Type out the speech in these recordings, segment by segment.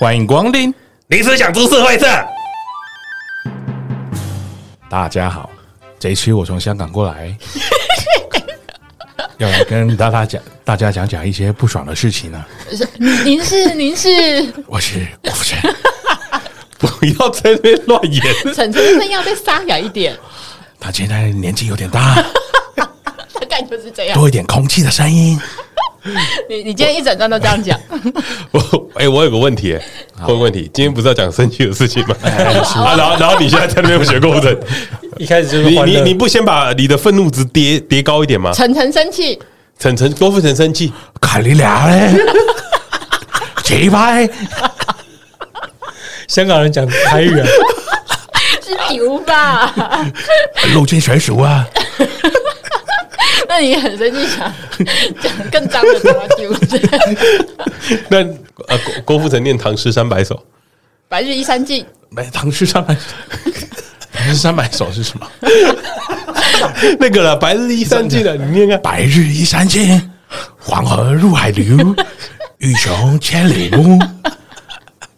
欢迎光临，临时想出社会社，大家好，这一期我从香港过来， 要来跟大家讲，大家讲讲一些不爽的事情呢、您是您是我是郭富城， 不要在那边乱演，陈先生要再沙哑一点，他现在年纪有点大，大概就是这样。多一点空气的声音。你你今天一整段都这样讲，我 哎、我有个问题、我有个问题，今天不是要讲生气的事情吗？啊，然后然后你现在在那边学过程，一开始就是 你欢你乐你不先把你的愤怒值叠叠高一点吗？晨晨生气，陈陈郭富城生 气，看你俩嘞，起拍，香港人讲台语、啊，是丢吧？入境水熟 啊！那你很生气，想讲更脏的怎么丢？ 那呃郭郭富城念《唐诗三百首白日依山尽，买唐诗三百首， 唐诗三百首是什么？》 那个了，《白日依山 尽》了，你念啊看。白日依山尽，黄河入海 流。欲穷千里目，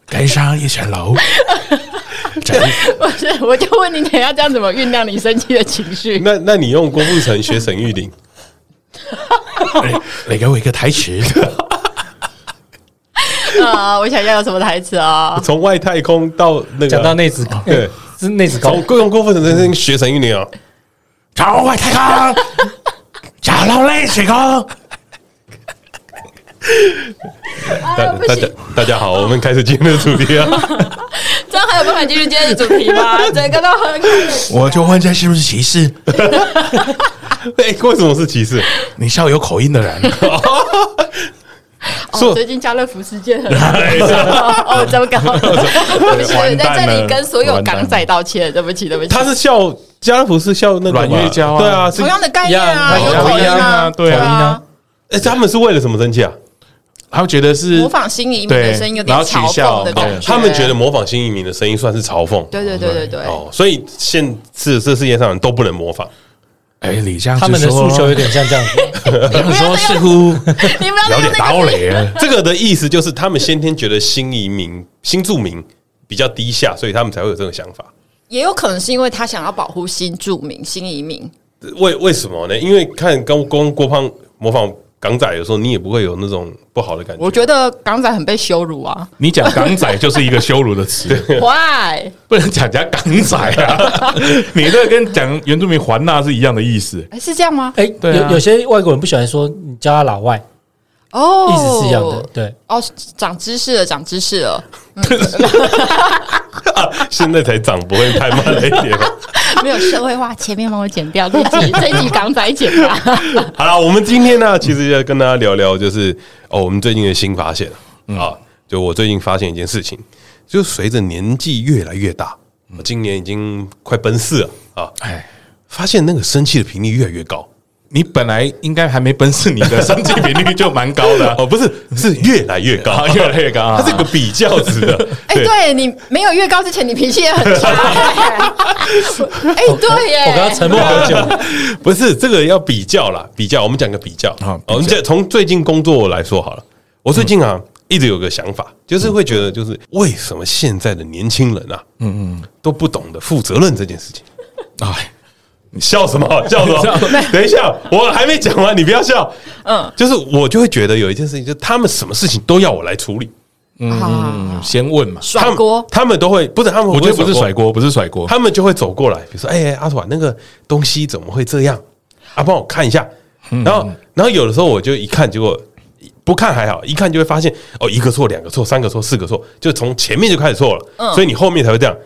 更上一层楼。真不是？我就问你，等一下这样怎么酝酿你生气的情绪？那那你用郭富城学沈玉琳，哎你给我一个台 词，啊，我想要有什么台词 啊？从外太空到那个哎讲到内子高，对，啊是内子高从，用郭富城的声音学沈玉琳啊，朝外太空，找到泪水沟。大啊，不大家行，大家好，我们开始今天的主 题啊。这样还有办法继续今天的主题吗？整个都很我就问这是不是歧视？哎，为什么是歧视？你笑有口音的人，哦说，最近家乐福事件很哦，糟糕！ 不是完蛋在这了里跟所有港仔道歉，对不起，对不起。他是笑家乐福是笑那个吧阮月娇啊对啊，是同样的概念啊，一样有一口音样啊，对啊哎，他们是为了什么生气啊？他觉得是模仿新移民的声音有点嘲讽的对感觉。哦他们觉得，模仿新移民的声音算是嘲讽，对对对对对， 哦，所以现是这世界上人都不能模仿。哎，你这样子他们的说诉求有点像这样子，你这样说似乎你不要再有点用那道个 理。这个的意思就是他们先天觉得新移民、新住民比较低下，所以他们才会有这种想法。也有可能是因为他想要保护新住民、新移民。为为什么呢？因为看跟跟郭胖模仿港仔的时候，你也不会有那种不好的感觉。我觉得港仔很被羞辱啊你讲港仔就是一个羞辱的词， ，Why？ 不能讲人家港仔啊！ 你这跟讲原住民环纳是一样的意思。哎是这样吗？哎、对啊有有些外国人不喜欢说你叫他老外，哦，意思是一样的，对，哦，长知识了，长知识了，得现在才长不会太慢了一点。 没有社会化，前面帮我剪掉， 这集这集港仔剪吧。好了，我们今天呢，其实要跟大家聊聊，就是哦，我们最近的新发现嗯啊，就我最近发现一件事情，就随着年纪越来越大，嗯我今年已经快奔四了啊，哎，发现那个生气的频率越来越高。 你本来应该还没奔四，你的生气频率就蛮高的啊 哦，不是，是越来越高啊，，越来越高啊 它是个比较值的。 哎、对你没有越高之前，你脾气也很差、 哎、对耶，我刚刚沉默很 久， 不是这个要比较啦，比较，我们讲个比较哦好我们讲从最近工作来说好了，我最近嗯啊、一直有个想法，就是会觉得就是为什么现在的年轻人啊，嗯嗯，都不懂得负责任这件事情。哎，你笑什么？笑什么？ 等一下，我还没讲完，你不要笑。嗯，就是我就会觉得有一件事情，就是他们什么事情都要我来处理，啊，嗯先问嘛，他甩们锅，他们都会不是他们我觉得不是甩锅，不是甩锅，他们就会走过来，比如说：“哎、哎阿团，那个东西怎么会这样？啊，帮我看一下。”然后，然后有的时候我就一看，结果不看还好，一看就会发现哦，一个错，两个错，三个错，四个错，就从前面就开始错了，所以你后面才会这样。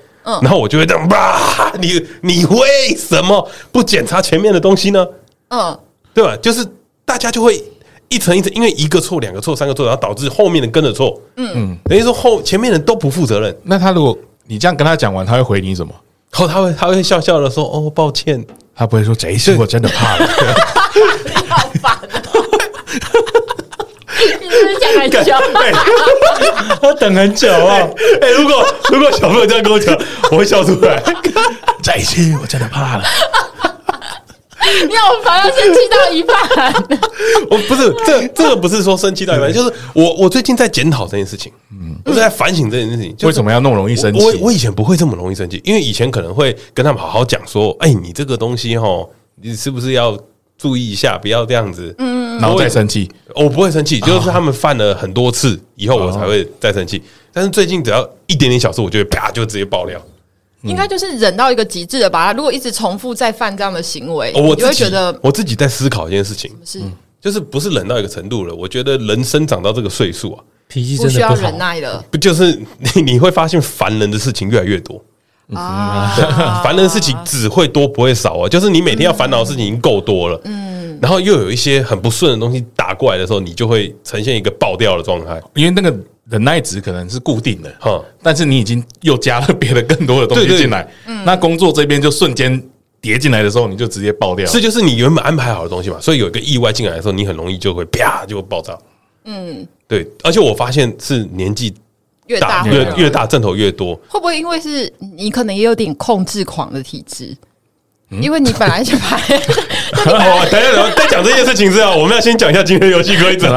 然后我就会这样哇！ 你你为什么不检查前面的东西呢？嗯，对吧？就是大家就会一层一层，因为一个错、两个错、三个错，然后导致后面的跟着错。嗯，等于说后前面的都不负责任。那他如果你这样跟他讲完，他会回你什么？然后他会他会笑笑的说：“哦，抱歉。”他不会说这一次我真的怕 了，好烦、啊。 你是不是想来教？我等很久啊， 哎、如果如果小朋友这样跟我讲，我会笑出来。这一次我真的怕了。 你好烦啊，生气到一半。 我不是这这个不是说生气到一半，就是我我最近在检讨这件事情，嗯，我在反省这件事情，就 是为什么要那么容易生气我我以前不会这么容易生气，因为以前可能会跟他们好好讲说，哎、你这个东西哈，你是不是要注意一下，不要这样子，嗯，然后再生气，我不会生啊气，就是他们犯了很多次以后，我才会再生气。但是最近只要一点点小事，我就会啪就直接爆料。嗯应该就是忍到一个极致了吧？如果一直重复再犯这样的行为，哦我你就会自己嗯觉得我自己在思考一件事情，是就是不是冷到一个程度了？我觉得人生长到这个岁数啊，脾气不真需的不要忍啊好。耐了不就是你你会发现烦人的事情越来越多，啊！嗯 烦人的事情只会多不会少啊。就是你每天要烦恼的事情已经够多了，嗯，然后又有一些很不顺的东西打过来的时候，你就会呈现一个爆掉的状态。因为那个忍耐值可能是固定的，哈，但是你已经又加了别的更多的东对西对进来，嗯那工作这边就瞬间叠进来的时候，你就直接爆掉。这就是你原本安排好的东西嘛，所以有一个意外进来的时候，你很容易就会啪就爆炸。嗯，对，而且我发现是年纪越大大会越越越大，阵头越多。会不会因为是你可能也有点控制狂的体质？因为你本来就排，哦，等一下，等一下在讲这件事情之后，我们要先讲一下今天的游戏规则。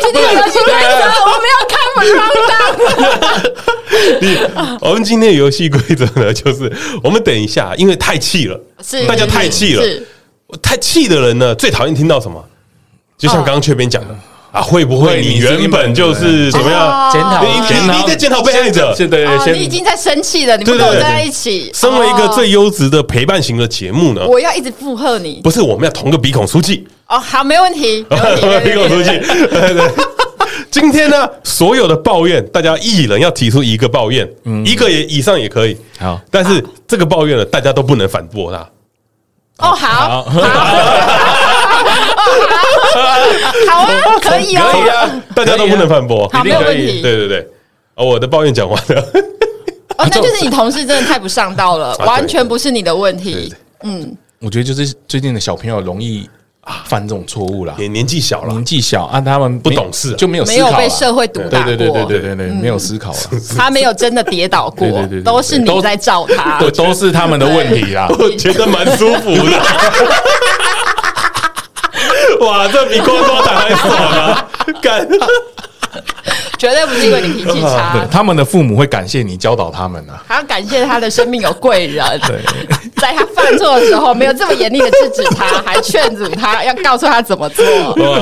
今天有游戏规则，我们要看 r o u 你我们今天的游戏规则呢，就是 我们等一下，因为太气了，是大家太气了，是太气的人呢，最讨厌听到什么？就像刚刚雀边讲的啊，会不会会你你是原本就是怎么样？检讨你啊你你在检讨被害者，现在哦，先你已经在生气了，你们对对跟我对在一起，身为一个哦最优质的陪伴型的节目呢，我要一直附和你不是我们要同个鼻孔出气，哦，好，没问题， 没问题，没同个问鼻孔题出气。对对今天呢，所有的抱怨，大家一人要提出一个抱怨，一个也以上也可以。好，但是这个抱怨呢，大家都不能反驳他。哦，好，好，好啊，可以哎哦，啊， 大家都不能反驳。好，没有问对题。对对，哦，我的抱怨讲完 了。哦，那就是你同事真的太不上道了，对完全不是你的问题对。我觉得就是最近的小朋友容易犯这种错误啦，年年纪小了年，纪小啊，他们不没懂事啊就没有没思有考被啦社会嗯毒打对对对对过对对对，没有思考了，他没有真的跌倒过对对对对，对都是你在照他。对，都是他们的问题 啦。我觉得蛮舒服 的。哇，这比光光打还爽啊！干，绝对不是因为你脾气对 差，他们的父母会感谢你教导他们啊。还要感谢他的生命有贵 人， 在他犯错的时候没有这么严厉的制止他，还劝阻他，要告诉他怎 么做。哇，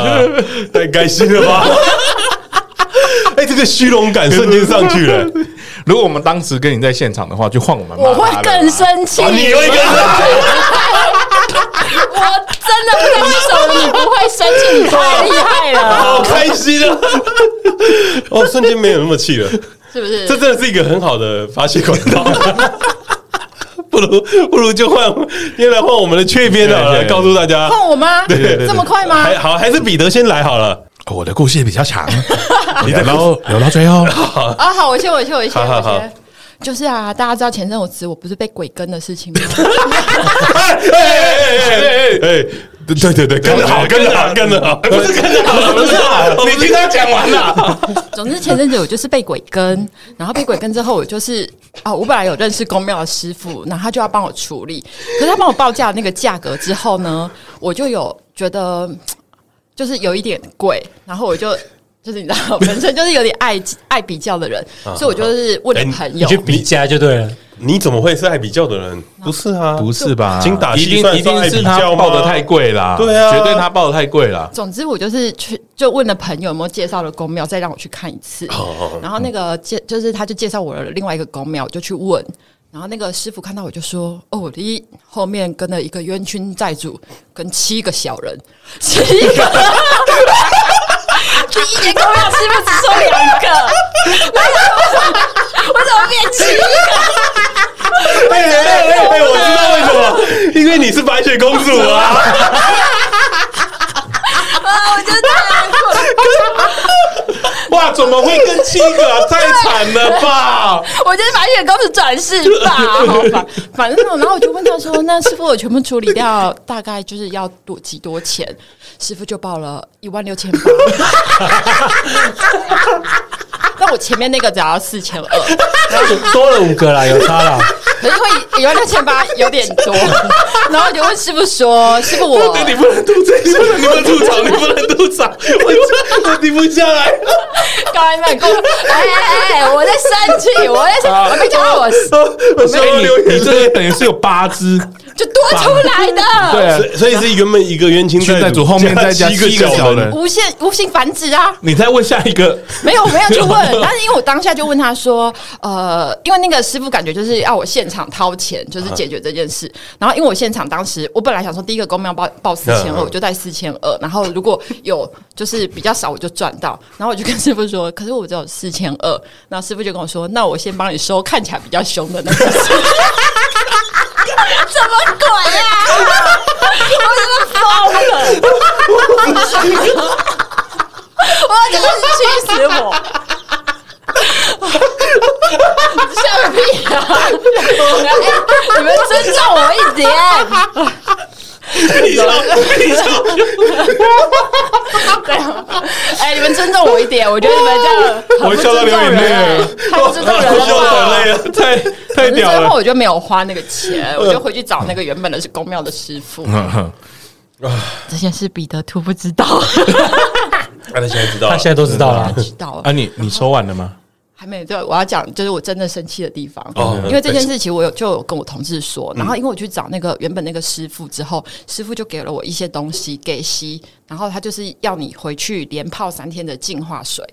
太开心了吧！ 哎，这个虚荣感瞬间上去了。如果我们当时跟你在现场的话，就换我们骂我会他了啦更生气，啊你会跟我哦真的不知道为什么你不会生气，你太厉害了， 好开心啊！哦，瞬间没有那么气了。是不是？这真的是一个很好的发泄管道。 不如不如就换，先来换我们的雀边好对了，对对来告诉大家。碰我吗？对对对对这么快吗？还好，还是彼得先来好了。哦我的故事比较 长，你的喽，留到最后。啊，好，我先，我先，我先，好好好我先。就是啊，大家知道前阵我子我不是被鬼跟的事情吗？哎哎哎哎哎！对对对，跟得好，跟得好，跟得好，不是跟得好，不是 好，你听他讲完了。 总之前阵子我就是被鬼跟，然后被鬼跟之后，我就是啊，我本来有认识公庙的师傅，然后他就要帮我处理，可是他帮我报价那个价格之后呢，我就有觉得嘖就是有一点贵，然后我就。就是你知道， 本身就是有点爱爱比较的人，所以我就是问了朋啊哎你 友，去比价就对了，你怎么会是爱比较的人？不是啊，不是吧？精打一细定算一定算爱是比他较吗报的太贵啦，对啊绝对他报的太贵啦。总之，我就是去就问了朋友有没有介绍的公庙，再让我去看一次。然后那个介就是他就介绍我的另外一个公庙，我就去问。然后那个师傅看到我就说：“哦，我离后面跟了一个冤亲债主，跟七个小人，七个。 第一间公庙师傅只收两个， 然后我我怎么变七个？哎哎哎哎！我知道为什么，因为你是白雪公主啊！啊，我就难过。哇，怎么会跟七个？太惨了吧！ 我就是白雪公主转世吧，好吧，反正然后我就问他说：“那师傅，我全部处理掉，大概就是要多几多钱？”师傅就报了一万六千八。但我前面 那个只要四千二，多了五个啦，有差啦。可是因为一万六千八有点多，然后我就问师傅说：“师傅，我你不能吐这一段，你不能吐槽，你不能吐槽，我我停不下来。高安曼跟我，哎哎哎，我在生气，我在生，我没讲到我我所有留你言这个等于是有八 只，就多出来的，对啊，所以所以是原本一个冤亲现在组后面再加七七个小人，无限无性繁殖啊。”你再问下一个， 没有，我没有去问，但是因为我当下就问他说，呃，因为那个师傅感觉就是要我现场掏钱，就是解决这件事。然后因为我现场当时我本来想说第一个公庙报报四千嗯二，嗯我就带四千二，然后如果有就是比较少我就赚到。然后我就跟师傅说，可是我只有四千二。然后师傅就跟我说，那我先帮你收看起来比较凶的那个。 什么鬼 啊！我真的疯了，我真的是气死我！笑屁啊！哎你们尊重我一点，对啊哎，你们尊重我一点，我觉得你们这样很我不笑到尊流重眼泪人了，太不尊重人啊我笑到了眼泪吧。了，太可太是屌最后了。我就没有花那个钱，我就回去找那个原本的是公庙的师傅。这件事彼得兔不知 道，他现在知道他了现在都知道了不，知道啊，你你收完了吗？还没有，对，我要讲就是我真正生气的地方，哦因为这件事情我有就有跟我同事说，然后因为我去找那个原本那个师傅之后，师傅就给了我一些东西给吸，然后他就是要你回去连泡三天的净化水，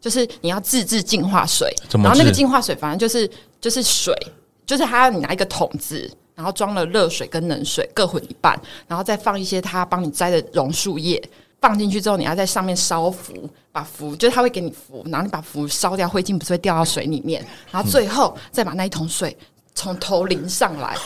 就是你要自制净化水，怎然么后那个制净化水反正就是就是水，就是他要你拿一个桶子。然后装了热水跟冷水各混一半，然后再放一些他帮你摘的榕树叶，放进去之后，你要在上面烧符，把符就是他会给你符，然后你把符烧掉，灰烬不是会掉到水里面，然后最后再把那一桶水从头淋上来，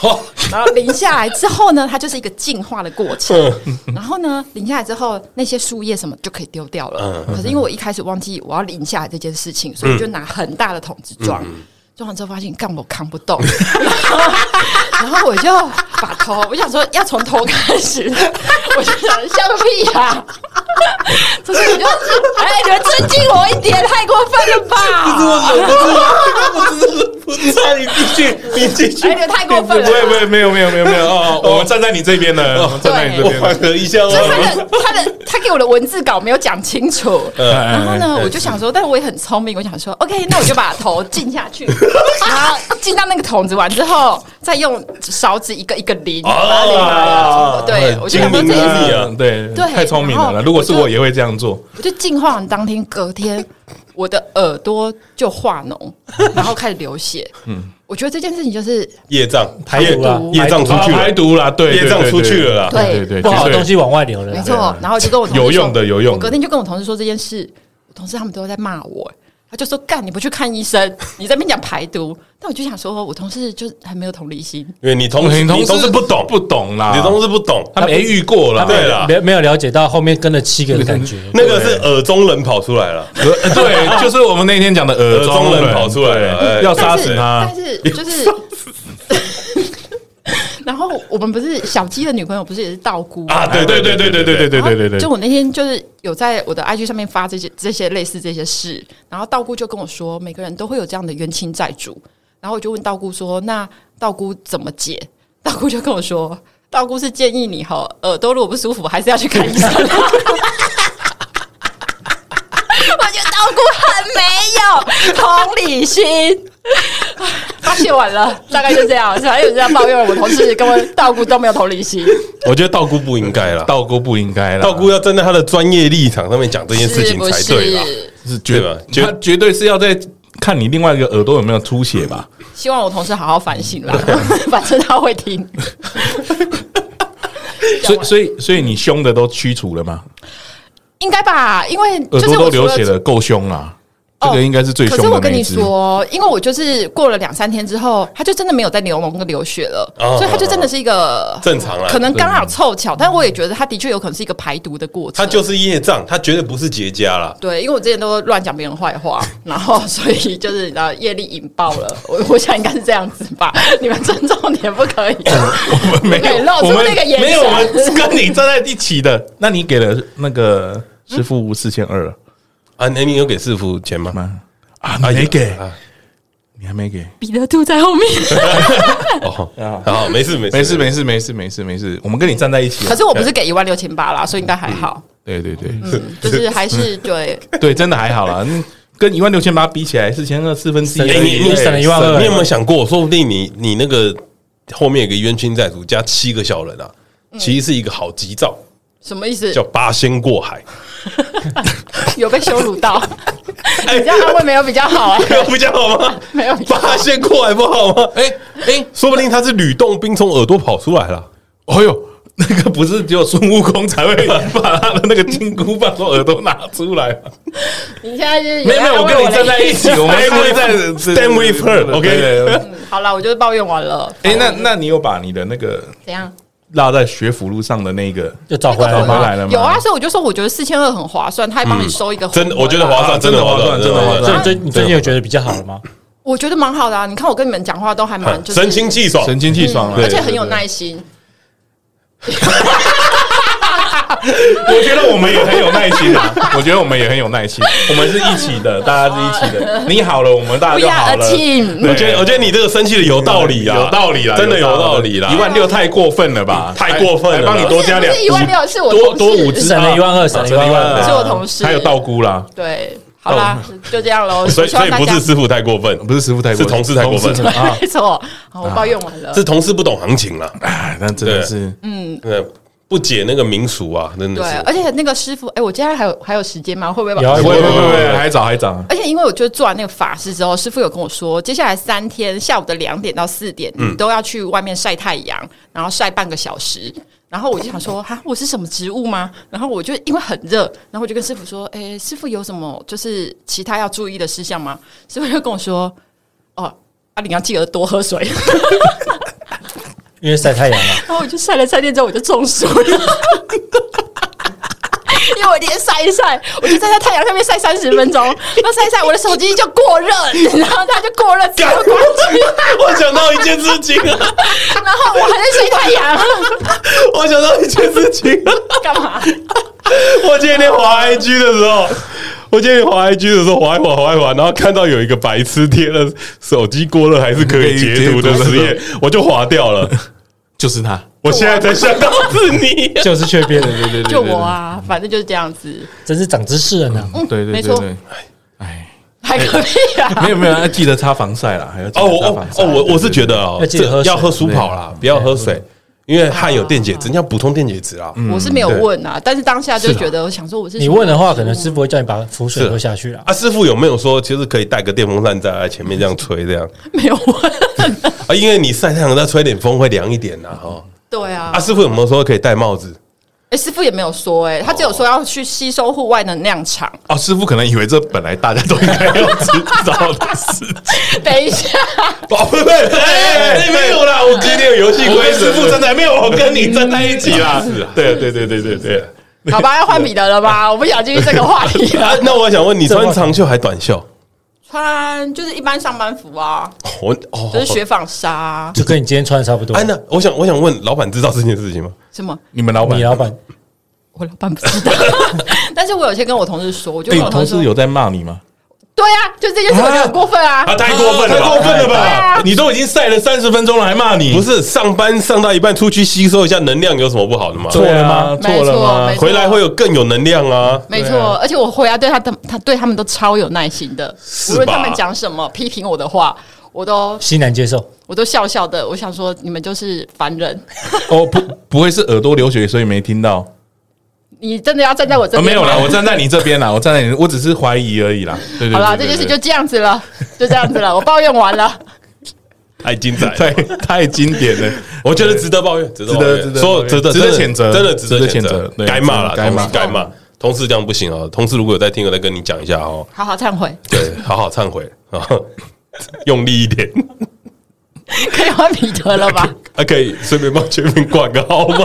然后淋下来之后呢，它就是一个净化的过程。嗯然后呢，淋下来之后，那些树叶什么就可以丢掉嗯了。可是因为我一开始忘记我要淋下来这件事情，所以我就拿很大的桶子嗯装。装完之后发现干我扛不动， 然后我就把头，我想说要从头开始，我就想笑个屁呀、啊！ 可是我就哎，你们尊敬我一点，太过分了吧？那你继续，你继续哎，你们太过不分了会不吧。会，没有没有没有没有哦，我们站在你这边的，我们站在你这我边缓的。和一下，就是我他的他的他给我的文字稿没有讲清楚，然然后呢，我就想说，但我也很聪明，我想说，OK，那我就把头浸下 去，然后浸到那个桶子完之后，再用勺子一个一个哦淋，把它淋完了。对，我就想说这精明件啊事自己啊对对太聪明然了后啦。如果是我就我也会这样做，我就净化完当天，隔天我的耳朵就化脓，然后开始流血。嗯，我觉得这件事情就是业障，排业毒啦业障出去啊了，排毒啦，对，业对障出去了，啦。对对对对，不好的对啊东西往外流了没啦。错。然后我就跟我同事说有用的有用的我隔天就跟我同事说这件事，我同事他们都在骂我，他就说：“干，你不去看医生，你在那边讲排毒。”但我就想说，我同事就是很没有同理心。因为你同对你你同同事事不懂，不懂啦，啊你同事不懂，他没遇过啦，他对啦没没有了解到后面跟了七个的感觉，那个是耳中人跑出来了，呃对，就是我们那天讲的耳耳中中人跑出来了对哎要但杀是死他啊但。是就是。 然后我们不是小鸡的女朋友，不是也是道姑吗啊对对对对对对对对对对对，就我那天就是有在我的 IG 上面发这些这些类似这些事，然后道姑就跟我说，每个人都会有这样的冤亲债主。然后我就问道姑说：“那道姑怎么解？”道姑就跟我说：“道姑是建议你哈，耳朵如果不舒服，还是要去看医生。”我觉得道姑很没有同理心。发泄完了，大概就这样。反正有这样抱怨，我同事跟我道姑都没有同理心。我觉得道姑不应该啦，道姑不应该啦，道姑要站在他的专业立场上面讲这件事是情不才对啦。是？是绝对吧绝绝他绝对是要在看你另外一个耳朵有没有出血吧？希望我同事好好反省啦，啊 反正他会听。 嗯所以所以所以你凶的都驱除了吗？应该吧，因为就耳是朵我都除流了血了，够凶啦。哦这个应该是最可凶是我的跟那你一只。说，因为我就是过了两三天之后，他就真的没有在流脓跟流血了，哦所以他就真的是一个正常啊啦可能刚好凑巧，但我也觉得他的确有可能是一个排毒的过程。他就是业障，他绝对不是结痂啦。对，因为我之前都乱讲别人坏话，然后所以就是你知道业力引爆了，我我想应该是这样子吧，你们尊重点不 可以。我们没对有，露出我们那个眼没有，神我们跟你站在一起的。那你给了那个师傅四千二啊，那你有给师傅钱吗？吗？啊，哎你没给，啊你还没给？彼得兔在后面。哦，好，没事没事没事，没事，没事，没事，没事，我们跟你站在一起可啊。是我不是给一万六千八啦，所以应该还好。对对对嗯，就是还是对，对，真的还好啦。嗯跟一万六千八比起来，四千二四分之一哎而哎，已。你你你省了12,200你有没有想过，说不定你你那个后面有个冤亲债主加七个小人啊，嗯其实是一个好吉兆，什么意思？叫八仙过海，有被羞辱 到？你这样安慰没有比较好啊？不叫 好吗？没有比较好八仙过海不好吗？哎哎，说不定他是吕洞宾从耳朵跑出来了。哎呦，那个不是只有孙悟空才会把他的那个金箍棒从耳朵拿出来吗？ 你现在就是没有没有，要我安慰跟你的站在 一意起，思我们 Stand 会 with- 在 stand with her，OK？哎嗯好啦，我就是抱怨完了。，诶哎那那你有把你的那个怎样？落在学府路上的那个又找回来找了回吗？来了吗？有啊，所以我就说，我觉得四千二很划算，他还帮你收一个、真的，我觉得划啊算，真的划划算真的划所算以你最你最近有觉得比较好了吗？我觉得蛮好的啊。你看我跟你们讲话都还蛮就是嗯神清气爽。神清气爽啊了，而且很有哦对耐心。我觉得我们也很有耐心啊， 我觉得我们也很有耐心，我们是一起 的，大家是一起的。你好了，我们大家 We 就 are 好 a 了。 team。对我觉得，我觉得你这个生气的有道理啊，有道理啦，真的有道理啦一。万六太过分了吧？太过分还了帮你多加两不是一万 六，是我多多同事五只省了1200啊省了1200对是我同事还有道姑啦，对，好啦，就这样 喽。所以，希望所以大不家是师傅太过分，不是师傅太过分，是同事太过分同事啊！ 没错。好，我抱怨完 了。是同事不懂行情啦，哎，那真的是呃，不解那个民俗啊，真的对，是。而且那个师傅，哎、我今天还有还有时间吗？会不会把？有啊不有会不会不会，对还早还早。而且因为我就做完那个法事之后，师傅有跟我说，接下来三天下午的两点到四点，你都要去外面晒太阳，然后晒半个小时。然后我就想说，哈，我是什么植物吗？然后我就因为很热，然后我就跟师傅说，诶，师傅有什么就是其他要注意的事项吗？师傅就跟我说，哦，阿玲要记得多喝水。因为晒太阳嘛，然后我就晒了三天之后，我就中暑了。因为我连晒一晒，我就站在太阳下面晒三十分钟，然后晒一晒，我的手机就过热，然后它就过热，然后关机，我想到一件事情啊，然后我还在晒太阳，我想到一件事情啊，干嘛？ 我今天滑 IG 的时候，我今天滑 IG 的时候滑一滑滑一滑，然后看到有一个白痴贴了手机过热还是可以截图的实验，我就划掉 了。就是他，我现在才想到是你， 就是缺变了，对对对， 就我啊，反正就是这样子，真是长知识了呢。对，对对没对错对，哎，还可以啊。没有没有，要记得擦防晒啦，还要记哦，得我擦哦防晒 哦，我我是觉得哦，要记得喝这水啊要喝舒跑啦，不要喝水，因为汗有电解质，你要补充电解质啦。嗯我是没有嗯问啊，但是当下就觉得，我想说我是你问的话，可能师傅会叫你把浮水喝下去了。啊，师傅有没有说，其实可以带个电风扇在前面这样吹这样没有问， 啊？因为你晒太阳，再吹点风会凉一点呐，哈。对啊啊，，师傅有没有说可以戴帽子？哎，师傅也没有说，哎，他只有说要去吸收户外能量场。哦，师傅可能以为这本来大家都应该要知道的事情。 等一下，哦，不不，哎，没有啦，我今天有游戏我规跟师则，傅站在没有，我跟你站在一起啦。是啊对对对对对对， 好吧，要换彼得了吧？我不想继续这个话题了。 啊，那我想问你，穿长袖还短袖？穿就是一般上班服啊，哦我哦，就是雪纺纱啊、就跟你今天穿的差不多哎，。那我想我想问，老板知道这件事情吗？什么。你们老板，你老板我老板不 知道，但是我有先跟我同事说，我就哎，跟你我同同事事说，有在骂你吗？对啊，就这件事我觉得很过分啊。啊，太过分了吧太过分了对吧啊！你都已经晒了三十分钟了，还骂你？不是上班上到一半出去吸收一下能量有什么不好的吗？错了吗？对啊错了没吗错？回来会有更有能量啊！没对错啊，而且我回来对他的他对他们都超有耐心的，无吧论他们讲什么批评我的话，我都欣然接受，我都笑笑的。我想说你们就是凡人，哦，不，不会是耳朵流血，所以没听到？你真的要站在我这哦，边吗没有啦，我站在你这边啦，我站在你，我只是怀疑而已啦。对对对，好啦，对这对件事就这样子了，就这样子了，我抱怨完了。太精彩了，太太经典了，我觉得值得抱怨，值得值抱得怨值得所有抱怨值得值得真的谴责真的值得值得谴谴责责，对该骂了，该骂同事该骂。同事这样不行哦，同事如果有在听，我再跟你讲一下哦。好好忏悔，对，好好忏悔啊， 用力一点。可以换彼得了吧？啊，可以顺便帮全民挂个号吗？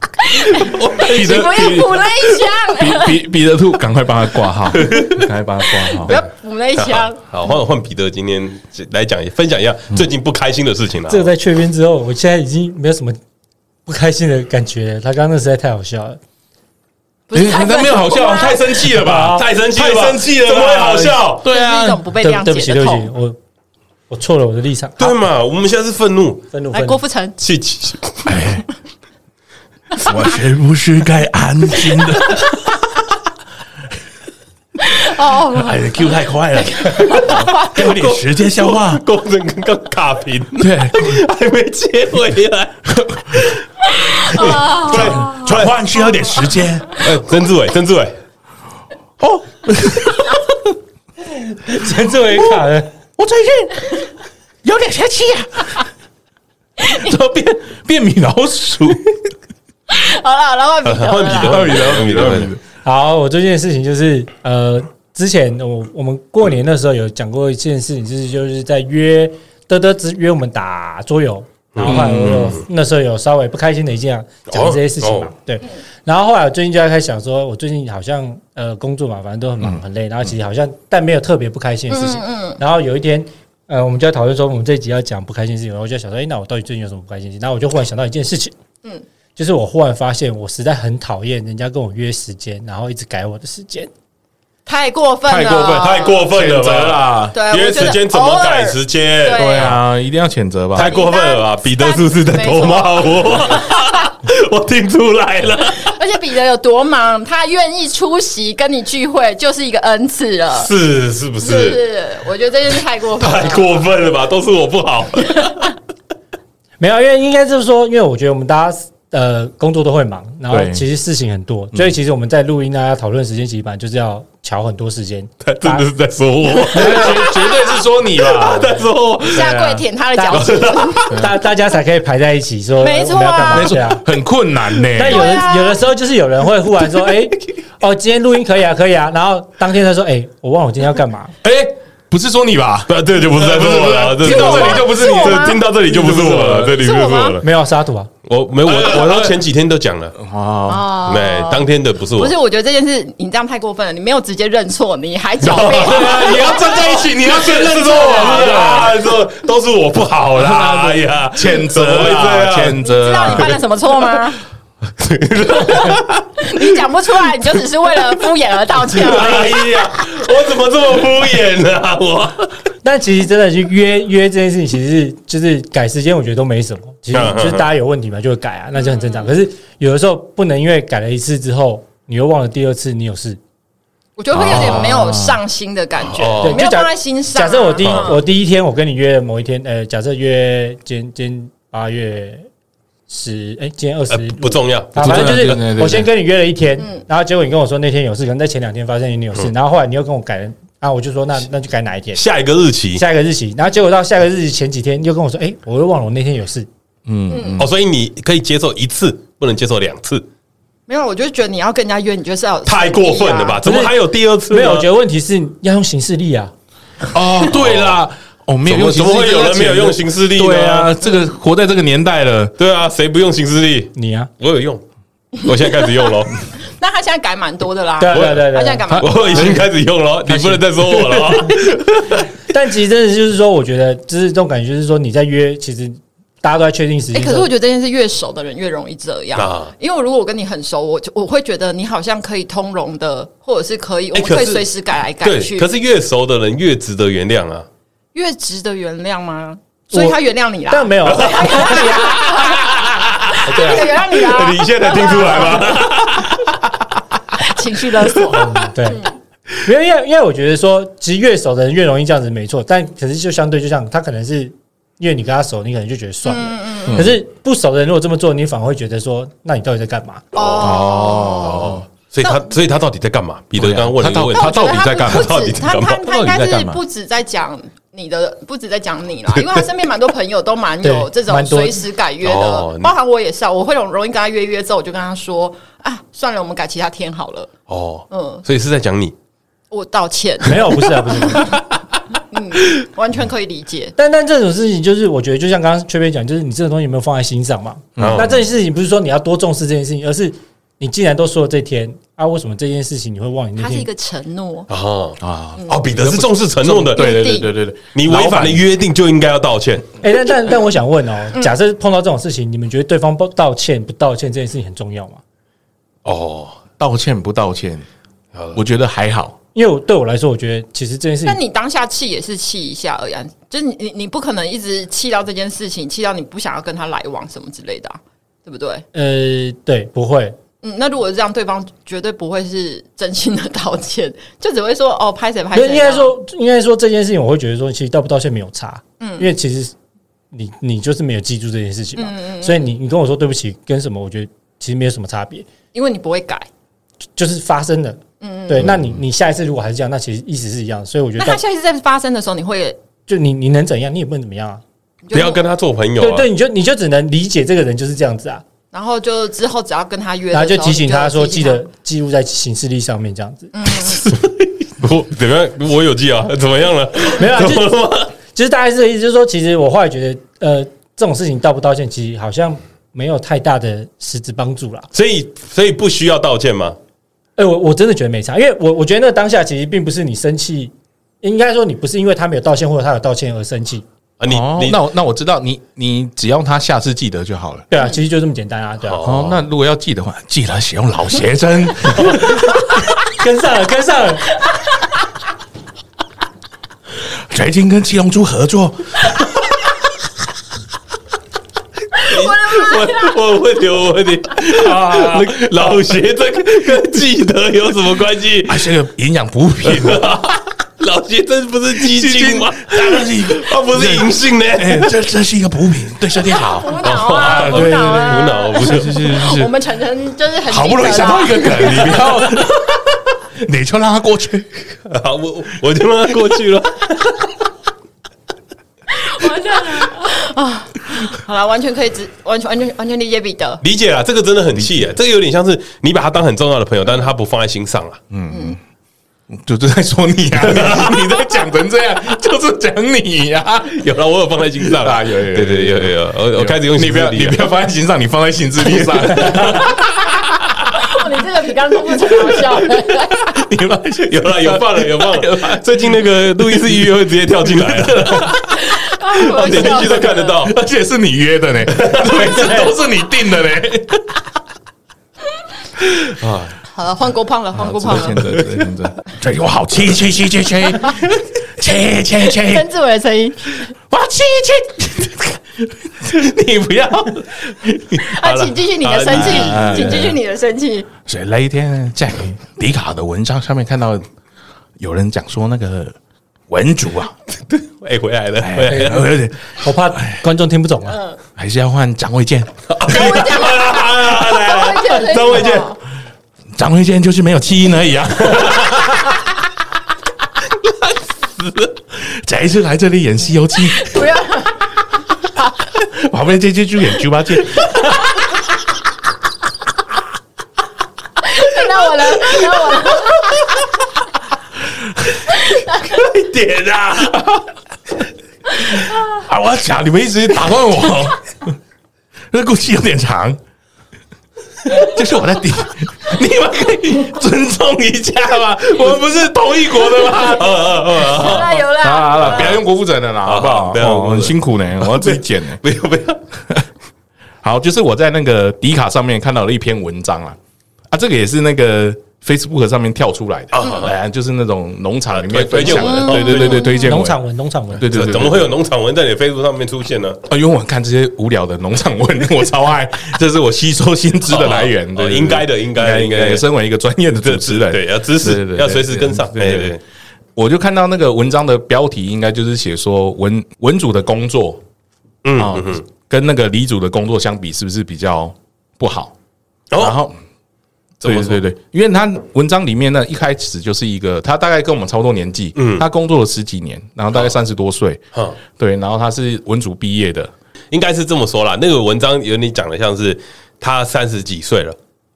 彼你得不要彼补那一箱，彼彼得兔，赶快帮他挂号，赶快帮他挂号 不。要补那一 箱。好，换换彼得今天来讲分享一下最近不开心的事情了。啊这个在确边之后，我现在已经没有什么不开心的感觉了。他刚刚那实在太好笑了，不是哎太那没有好笑，啊 太生气了吧？太生气了吧，太生气了吧怎么会好笑？对就是一啊种，不被对谅对不起，解对的不痛起，。我我错了我的立场，对好嘛？我们现在是愤怒，愤怒来，愤哎郭怒，富城， 气气。哎，我是不是该安静的？ 哦，哎呀，Q 太快 了，给我点时间消化。工人刚刚卡屏，对，还没接回 来。转转换需要点时间。哎，曾志伟，曾志伟，哦，陈志伟卡了，我最近有点啊生气呀， 怎么变变米老鼠？好了好了，换彼得呃换了彼啦，得， 换彼得，换彼得，换彼 得。好，我最近的事情就是，呃，之前我我们过年的时候有讲过一件事情，就是就是在约德德只约我们打桌游，嗯然后后来我有那时候有稍微不开心的一件啊讲这些事情嘛哦哦，对。然后后来我最近就在开始想说，我最近好像呃工作嘛，反正都很嗯忙很累，然后其实好像但没有特别不开心的事情。然后有一天。呃，我们就在讨论说，我们这一集要讲不开心的事情，然后我就在想说，哎、那我到底最近有什么不开心的事情？然后我就忽然想到一件事情，就是我忽然发现，我实在很讨厌人家跟我约时间，然后一直改我的时间。太过分了，太过分，太过分了吧？对约我觉得时间怎么改时间？偶尔对啊，一定要谴责吧？太过分了吧？彼得是不是在偷骂我？ 我听出来了， 而且彼得有多忙，他愿意出席跟你聚会就是一个恩赐了。是是不是不是？是，我觉得这件事太过分了。太过分了吧？都是我不 好。没有，因啊为应该就是说，因为我觉得我们大家呃工作都会忙，然后对嗯其实事情很多，所以其实我们在录音啊、讨论时间，其实本来就是要调很多时间。他真的是在说我，绝绝对是说你吧他？在说我。 啊下跪舔他的脚趾， 大大家才可以排在一起说，没错啊我们要干嘛？啊没错对啊，很困难呢。但有对啊的有的时候就是有人会忽然 说，哎，哦，今天录音可以啊，可以啊，然后当天他说，哎，我忘了我今天要干嘛。哎，不是说你吧？啊，这就不是在说我 了，不这是不是听到这里就不是你是我这吗听到这里就不是我了，这里就是是我吗我了。没有沙土啊，我没有我我都前几天都讲了，哦，哦对，当天的不是我不是，，我觉得这件事你这样太过分了，你没有直接认错，你还狡对 辩。啊，你要站在一起，你要 先认错我，对啊，说都是我不好啦，哎呀，谴责怎么会这啊，样谴知责道你啊！犯了什么错吗？ 你讲不出来，你就只是为了敷衍而道歉而已。 哎呀，我怎么这么敷衍啊？ 我但其实真的去约约这件事情，其实是就是改时间，我觉得都没什么。其实就是大家有问题嘛，就会改啊，那就很正常。可是有的时候不能因为改了一次之后，你又忘了第二次你有事。我觉得会有点没有上心的感觉，哦对，没有就假放在心上啊。假设我第一嗯我第一天我跟你约某一天，呃，假设约今今天八月十，哎，今天二十呃不重要，啊，反正就对对对是对我先跟你约了一天，嗯然后结果你跟我说那天有事，可能在前两天发现你有事，然后后来你又跟我改了，啊，我就说那那就改哪一天？下一个日期下一个日期，然后结果到下个日期前几天又跟我说，哎、我又忘了我那天有事。嗯，哦，所以你可以接受一次，不能接受两次，没有，我就觉得你要跟人家约，你就是要有啊太过分了吧？诚怎么还有第二次呢？啊没有，我觉得问题是要用形式力啊。哦，对啦，哦，没有用刑怎么事力，怎么会有人没有用刑事力呢对啊，这个活在这个年代了，对啊，谁不用行事力？你啊，我有用，我现在开始用 喽，意啊。那他现在改蛮多的啦，对啊我对啊对啊他对现在啊。改蛮多的啦。我已经开始用喽，你不能再说我 了哦。但其实真的就是说，我觉得就是这种感觉，就是说你在约，其实大家都在确定时哎、间之可后。是我觉得这件事越熟的人越容易这样，啊因为如果我跟你很熟，我就我会觉得你好像可以通融的，或者是可以，我们哎可可以是随时改来改去。对，可是越熟的人越值得原谅啊。越值得原谅吗？我所以他原谅你啦，但没有，啊对、啊，原谅你啦，你现在听出来吗？ 情绪勒索。嗯对， 因为因为因为我觉得说，其实越熟的人越容易这样子，没错。但可是就相对，就像他可能是因为你跟他熟，你可能就觉得算嗯了。可是不熟的人如果这么做，你反而会觉得说，那你到底在干嘛？哦。哦，所以他，所以他到底在干嘛？彼得刚刚问了一个对问题啊，那我觉他到得底在干嘛不到止底在他干嘛他他应该到底在干是嘛不止在讲你的，不止在讲你 啦，因为他身边蛮多朋友都蛮有对这种蛮多随时改约哦的，你包含我也是啊，我会很容易跟他约约之后，我就跟他说啊，算了，我们改其他天好了，哦，嗯，所以是在讲你我 道歉，没有，不是啊，不是。完全可以理解。但但这种事情，就是我觉得，就像刚刚崔飞讲，就是你这个东西有没有放在心上嘛？嗯那这件事情不是说你要多重视这件事情，而是你既然都说了这天啊，为什么这件事情你会忘你那它是一天？个承诺，哦啊，哦，彼得是重视承诺的，对对对对对对，你违反了约定就应该要道歉。哎、但但但我想问哦，嗯假设碰到这种事情，你们觉得对方不道歉不道歉这件事情很重要吗？哦，道歉不道歉，我觉得还好。因为我对我来说，我觉得其实这件事但情，你当下气也是气一下而已、啊，就是你你你不可能一直气到这件事情，气到你不想要跟他来往什么之类的、啊，对不对？呃，对，不会，嗯，那如果是这样，对方绝对不会是真心的道歉，就只会说哦，拍谁拍因谁啊。为应该说，应该说这件事情，我会觉得说，其实道不道歉没有差，嗯，因为其实你你就是没有记住这件事情嘛，嗯所以你你跟我说对不起跟什么，我觉得其实没有什么差别，因为你不会改。就就是发生了，嗯，对，那你你下一次如果还是这样，那其实意思是一样的，所以我觉那得他道下一次再发生的时候，你会就你你能怎样，你也不能怎么样啊，你就不要跟他做朋友对啊！对，你就你就只能理解这个人就是这样子啊，然后就之后只要跟他约的时然候，后就提醒他说你就记嗯提醒他得记录在行事历上面这样子，我怎么样？我有记啊？怎么样了？没有啊，怎就 么了吗？就是大概是这个意思，就是说，其实我后来觉得，呃，这种事情道不道歉，其实好像没有太大的实质帮助啦。所以所以不需要道歉吗？哎、我我真的觉得没差，因为我我觉得那个当下其实并不是你生气，应该说你不是因为他没有道歉或者他有道歉而生气，啊，你哦你那我那我知道，你你只要他下次记得就好了。对啊，其实就这么简单啊，对啊，哦，那如果要记的话，记得使用老邪 针。跟上了，跟上了，决定跟七龙珠合作，我啊我问你，我问你，那个老邪这个跟记得有什么关系？还是哎个营养补 品。老邪这不是鸡精吗？当然是一个，它不是银杏呢？哎，这这是一个补品，对身体 好。补脑啊，补对对对，脑哦无啊。脑，不是是是我们晨晨就是很好不容易记得想啦到一个梗，你不要， 你就让他过去。好，我我就让它过去了。完蛋了 啊！好了，完全可以只完全完全完全理解彼得。理解啦，这个真的很气耶，这个有点像是你把他当很重要的朋友，但是他不放在心上了。啊嗯就就在说你啊，你你在讲成这样，就是讲你呀、啊。有了，我有放在心 上啊有有有对对有有有，我我开始用你不要行你事历了不要放在心上，你放在心智力上，哦，你这个比刚刚工作好 笑。你放在心 有了，有放了，有放了。最近那个路易斯预约会直接跳进来 了，我点进去哦都看得。到。而且是你约的呢，每次都是你定的呢。好了，换郭胖了，换郭胖了。这现在，这我好气气气气气气气气，曾志伟的声音，我要气气。 你不要，啊，请继续你的生气好了好了，请继续你的生气。所以那一天在迪卡的文章上面看到有人讲说那个文主啊， 哎，回来了，哎回来了。哎我怕观众听不懂啊，还是要换张卫健。张卫健，张卫健，张卫健就是没有气音而 已啊。这一次来这里演《西游记》，不要，旁边这次就演猪八戒，那我来，那我来。点啊！啊，我要讲，你们一直打断我，这故事有点长，就是我在顶，你们可以尊重一下嘛，我们不是同一国的吗？有啦有好了啦，好了，不要用国父整人了，好不好好？不要用国父哦整很辛苦呢，我要自己剪呢。不要不要，好，就是我在那个迪卡上面看到了一篇文章啊，啊，这个也是那个 Facebook 上面跳出来哦的，哎呀，就是那种农场里面呃推分享的，推荐文对对对对，推荐文农场，文，农场文，嗯对对对，对怎么会有？农场文在你的 Facebook 上面出现呢？啊，因为我看这些无聊的农场文， 我超爱，这是我吸收新知的来源哦，对对对应该的应该的应应该该。的身为一个专业的主持人，对，要知对识对对要随时跟上。哎对对对对对，我就看到那个文章的标题，应该就是写说文文主的工作嗯啊、嗯嗯。跟那个李主的工作相比，是不是比较不好？然哦，后，怎对么对对，因为他文章里面呢，一开始就是一个他大概跟我们差不多年纪，嗯，他工作了十几年，然后大概三十多岁，好，对，然后他是文主毕业的，应该是这么说啦。那个文章有你讲的像是他三十几岁了，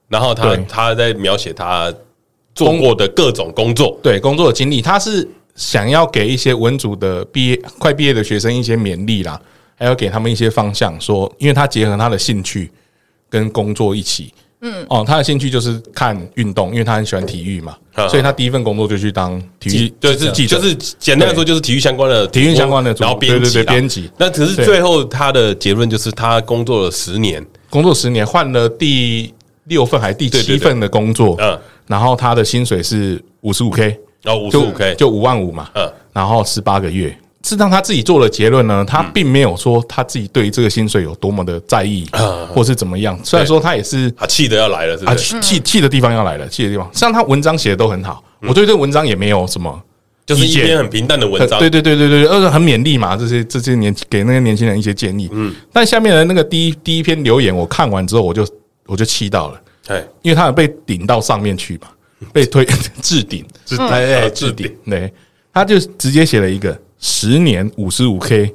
然后他对他在描写他做过的各种工作。对，工作的经历，他是想要给一些文组的毕业快毕业的学生一些勉励啦，还要给他们一些方向，说，因为他结合他的兴趣跟工作一起，嗯，哦，他的兴趣就是看运动，因为他很喜欢体育嘛，嗯所以他第一份工作就去当体育，就是记者就是简单来说，就是体育相关的体育相关的主然后编对辑对对啦编辑那只是对最后他的结论就是他工作了十年，工作十年，换了第六份还是第对七对对份的工作，嗯然后他的薪水是五十五 k，然后五十就五 K 就五万五嘛，嗯然后十八个月。事实上，他自己做的结论呢，他并没有说他自己对这个薪水有多么的在意，或是怎么样。虽然说他也是啊，气得要来了，是啊，不是？气气气的地方要来了，气的地方。像他文章写的都很好，嗯我对这文章也没有什么就是意一见篇很平淡的文章，对对对对对，而且很勉励嘛，这些这些年给那些年轻人一些建议。嗯，但下面的那个第一第一篇留言，我看完之后我就我就气到了，哎，因为他有被顶到上面去嘛，被推 置顶，嗯置哎哎啊置置顶顶，对，他就直接写了一个十年五十五 K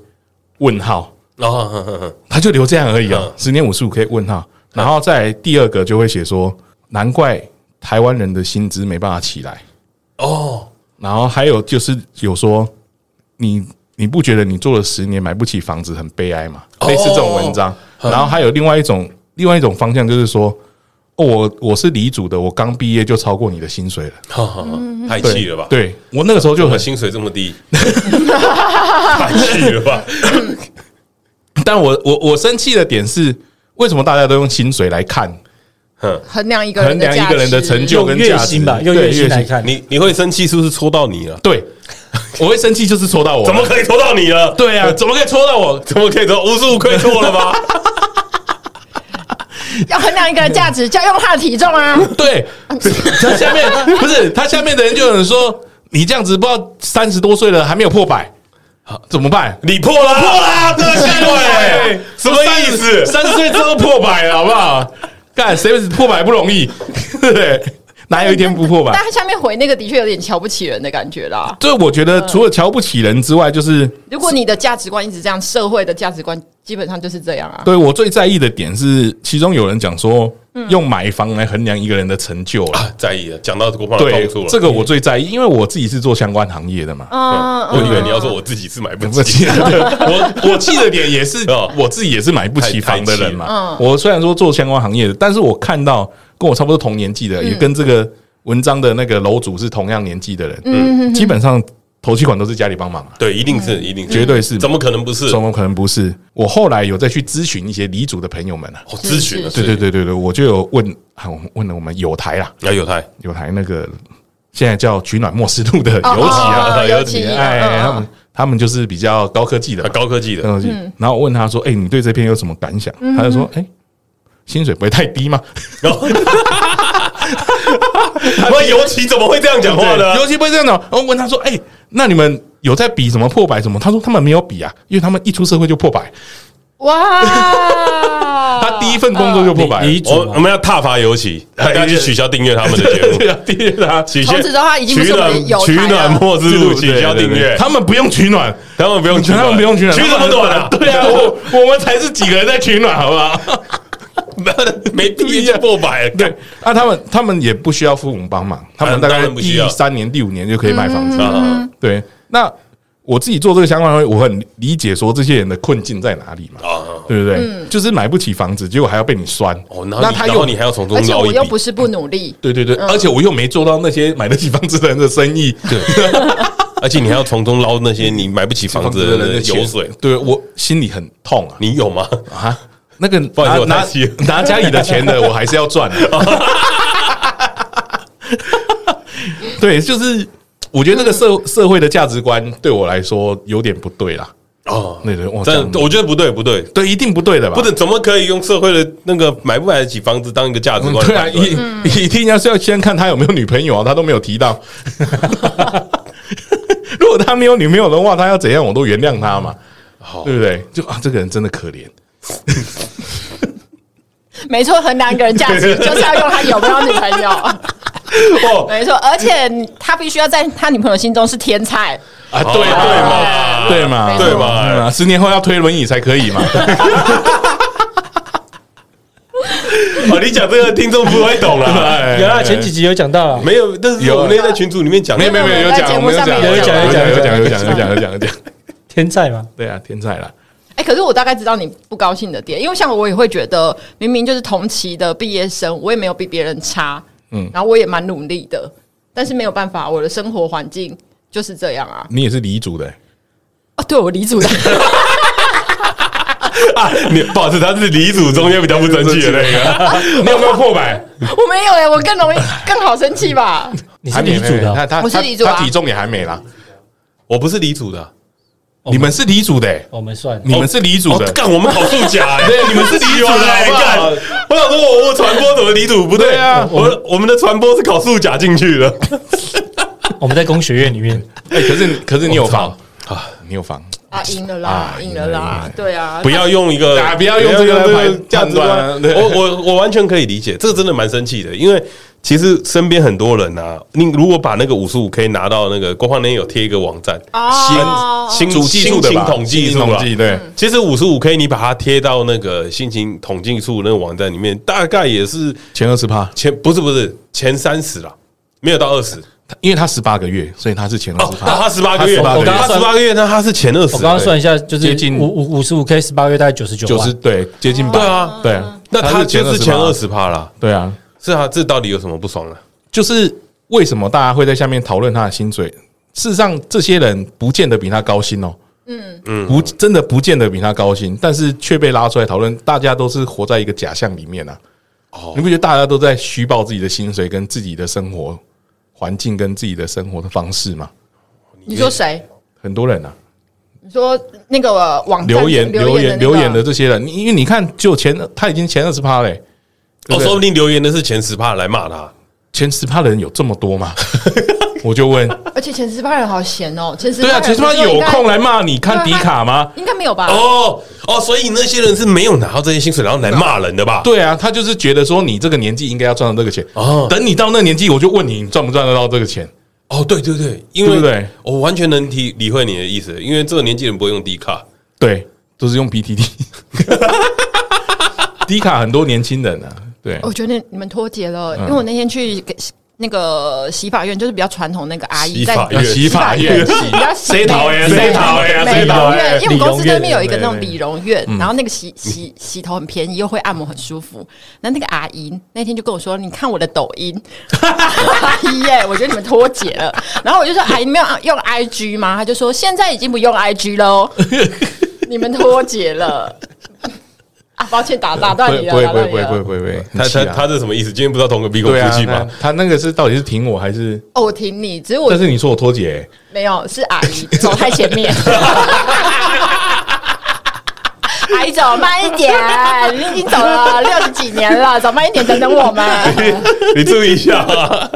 问号，然后哼哼哼他就留这样而已啊嗯，十年五十五 K 问号，然后再来第二个就会写说，难怪台湾人的薪资没办法起来。哦，然后还有就是有说，你你不觉得你做了十年买不起房子很悲哀吗？哦类似这种文章。然后还有另外一种另外一种方向就是说，哦，我我是离组的，我刚毕业就超过你的薪水了，哈哈哈太嗯对气了吧？，对我那个时候就我很，薪水这 么低，太气了吧？但我我我生气的点是，为什么大家都用薪水来看哼，衡量一个衡人的量一个人的成就用跟月价值薪吧，用对月薪来看，你你会生气是不是戳到你了？啊对， 我会生气就是戳到我，啊怎么可以戳到你了？对啊？怎么可以戳到我？怎么可以戳？无数亏错了吧？要衡量一个人价值，就要用他的体重啊。对，他下 面不是他下面的人就有人说，你这样子不知道三十多岁了还没有破百，好怎么办？你破了，破了， 对对，什么意思？三十岁之后破百了，好不好？干谁破百不容易，对不对？哪有一天不破但百？他下面回那个的确有点瞧不起人的感觉啦。这我觉得除了瞧不起人之外，就是如果你的价值观一直这样，社会的价值观基本上就是这样啊。对我最在意的点是，其中有人讲说用买房来衡量一个人的成就了。嗯啊，在意了，讲到这个话对动住，了。这个我最在意，因为我自己是做相关行业 的嘛。嗯，我以为你要说我自己是买不不起起，对 我我气的点也是哦我自己也是买不起太房的人太嗯嘛。我虽然说做相关行业的，但是我看到跟我差不多同年纪嗯的，也跟这个文章的那个楼主是同样年纪的人，嗯，基本上头期款都是家里帮忙啊，对，一定是，一定是，绝对是怎么可能不是？怎哦，么可能不是？我后来有再去咨询一些离主的朋友们啊，哦咨询了，对对，对对对，我就有问，啊我问了我们友台啦，哎要有台，友台那个现在叫取暖莫斯路的友哦企啊，哦哦尤尤其其哎，嗯他们他们就是比较高科技的啊嘛，高科技的，然后然后我问他说：“哎、你对这篇有什么感想？”他就说：“哎、薪水不会太低吗？然后，那尤其怎么会这样 讲话呢？尤其不会这样的。”然后问他说：“哎、那你们有在比什么破百什么？”他说：“他们没有比啊，因为他们一出社会就破百，哇，他第一份工作就破百了。离离我我们要踏伐尤其，要去取消订阅他们的节 目，对啊，第一他取消从此之后他已经不取是我们暖的友取台暖了。末之路，取消对订对对阅，他们不用取暖，他们不用取他们暖，不用取暖，取什么暖啊？ 对啊， 我我们才是几个人在取暖，好不 好？没毕业就破 百了，对，啊，他们他们也不需要父母帮忙，他们嗯大当概然不需第要三年、第五年就可以买房子了。啊对，那我自己做这个相关行业，我很理解说这些人的困境在哪里嘛，啊！对不对？就是买不起房子，结果还要被你酸，哦，那那他他又又你还要从中而且捞一我又不笔，是不努力，对对对，而且我又没做到那些买得起房子的人的生 意，对，而且你还要从中捞那些你买不起房子的人的钱油水，对我心里很痛啊你有吗？啊！那个好拿意思我太拿气了拿家里的钱 的，我还是要赚的。对，就是我觉得那个嗯社社会的价值观对我来说有点不 对啦。哦，那人哇，这样但我觉得不对，不对，对，一定不对的吧？不是怎么可以用社会的那个买不买得起房子当一个价值嗯观？对啊，一一定要是要先看他有没有女朋友啊，他都没有提到。 如果他没有女朋友的话，他要怎样我都原谅他嘛，好对不对？就啊，这个人真的可怜。没错，衡量一个人价 值就是要用他有没有女朋友。哦没错，而且他必须要在他女朋友心中是天才。啊，对对嘛对嘛，对嘛嗯啊十年后要推轮椅才可以 嘛？哦，你讲这个听众不会懂 哎了。有啊，前几集有讲到啊，没有，但是有我们那天在群组里面讲的，哎没有没有没有，有讲在节我目们有上讲面有讲有讲有讲有有讲讲有讲有讲有讲，天才嘛，对啊，天才啦，哎、可是我大概知道你不高兴的点，因为像我也会觉得，明明就是同期的毕业生，我也没有比别人差，嗯，然后我也蛮努力的，但是没有办法，我的生活环境就是这样啊。你也是黎族的欸， 哦，对我离组的，啊， 你不好意思，他是李组中间比较不争气的那 个，你有没有破百？我没有哎、我更容易更好生气吧？你是还李没主没的没哦，他他我是他理组啊他体重也还没啦。我不是李组的，你们是李组的欸，我们哦算了你们是李组哦的，干我们考数甲哎，对，你们是李组的哎，好不干好！我想说，我我传播怎么李组不对对啊我们我们的传播是考数甲进去的，我们在工学院里 面，哎，可是可是你有房啊啊，你有房，啊，赢了啦啊，赢赢了了啦赢了，对啊，不要用一 个啊不要用这个来判价值判观断。对啊我我我完全可以理解，这个真的蛮生气的，因为其实身边很多人啊，你如果把那个五十五 K 拿到那个国防年有贴一个网站，哦新主计数新的情吧，统计新数统啊。计对，嗯其实五十五 K 你把它贴到那个心情统计数那个网站里面，大概也是前二十趴，前不是不是前三十啦，没有到二十因为他十八个月，所以他是前二哦十，趴。他十八个月，哦他18个月他十八个月，那他是前二十。欸我刚刚算一下，就接是近五五五十五 K 十八月大概九十九九万十，对，接近百，对啊对，那他是就20是前趴二，十趴啦。对啊，是啊，这到底有什么不爽呢？就是为什么大家会在下面讨论他的薪水？事实上，这些人不见得比他高薪哦，嗯嗯，不，真的不见得比他高薪，但是却被拉出来讨论，大家都是活在一个假象里面啊。哦，你不觉得大家都在虚报自己的薪水跟自己的生活环境跟自己的生活的方式吗？你说谁？很多人啊，你说那个网站留言留言言那个留言的这些人，你因为你看，就前他已经前二十趴欸嘞，对哦，不对说不定留言的是前十趴来骂他。前十趴的人有这么多吗？ 我就问，而且前十八人好闲哦，前十对啊，前十趴有空来骂你看对迪啊卡吗？应该没有吧？哦哦，所以那些人是没有拿到这些薪水，然后来骂人的吧？对啊，他就是觉得说你这个年纪应该要赚到这个钱。哦等你到那个年纪，我就问你，你赚不赚得到这个钱？哦，对对对，因对为不对我完全能体理会你的意思，因为这个年纪人不会用低卡。对，都是用 PTT。低卡很多年轻人啊，对，我觉得你们脱节了，嗯因为我那天去给那个洗发院，就是比较传统那个阿姨洗在发院洗发院院就是比较洗谁讨厌啊谁讨厌美谁讨容厌啊嗯院，因为我们公司对面有一个那种对对对理容院，然后那个洗洗洗头很便宜，又会按摩，很舒服。那那个阿姨那天就跟我说：“你看我的抖 音，阿姨耶，我觉得你们脱节了。”然后我就说：“阿姨，你没有用 IG 吗？”她就说：“现在已经不用 IG 喽，哦你们脱节了。”啊，抱歉，打打断不你会了，不会打不断会你不会了不会。不会，他很气他啊他这什么意思？今天不知道同个鼻孔对出啊，气他吗？他那个是到底是挺我还是？哦，我挺你，只是我但是你说我脱节欸，没有，是阿姨走太前面。 阿姨走慢一点，你已经走了六十几年了，走慢一点，等等我们。 你注意一下啊！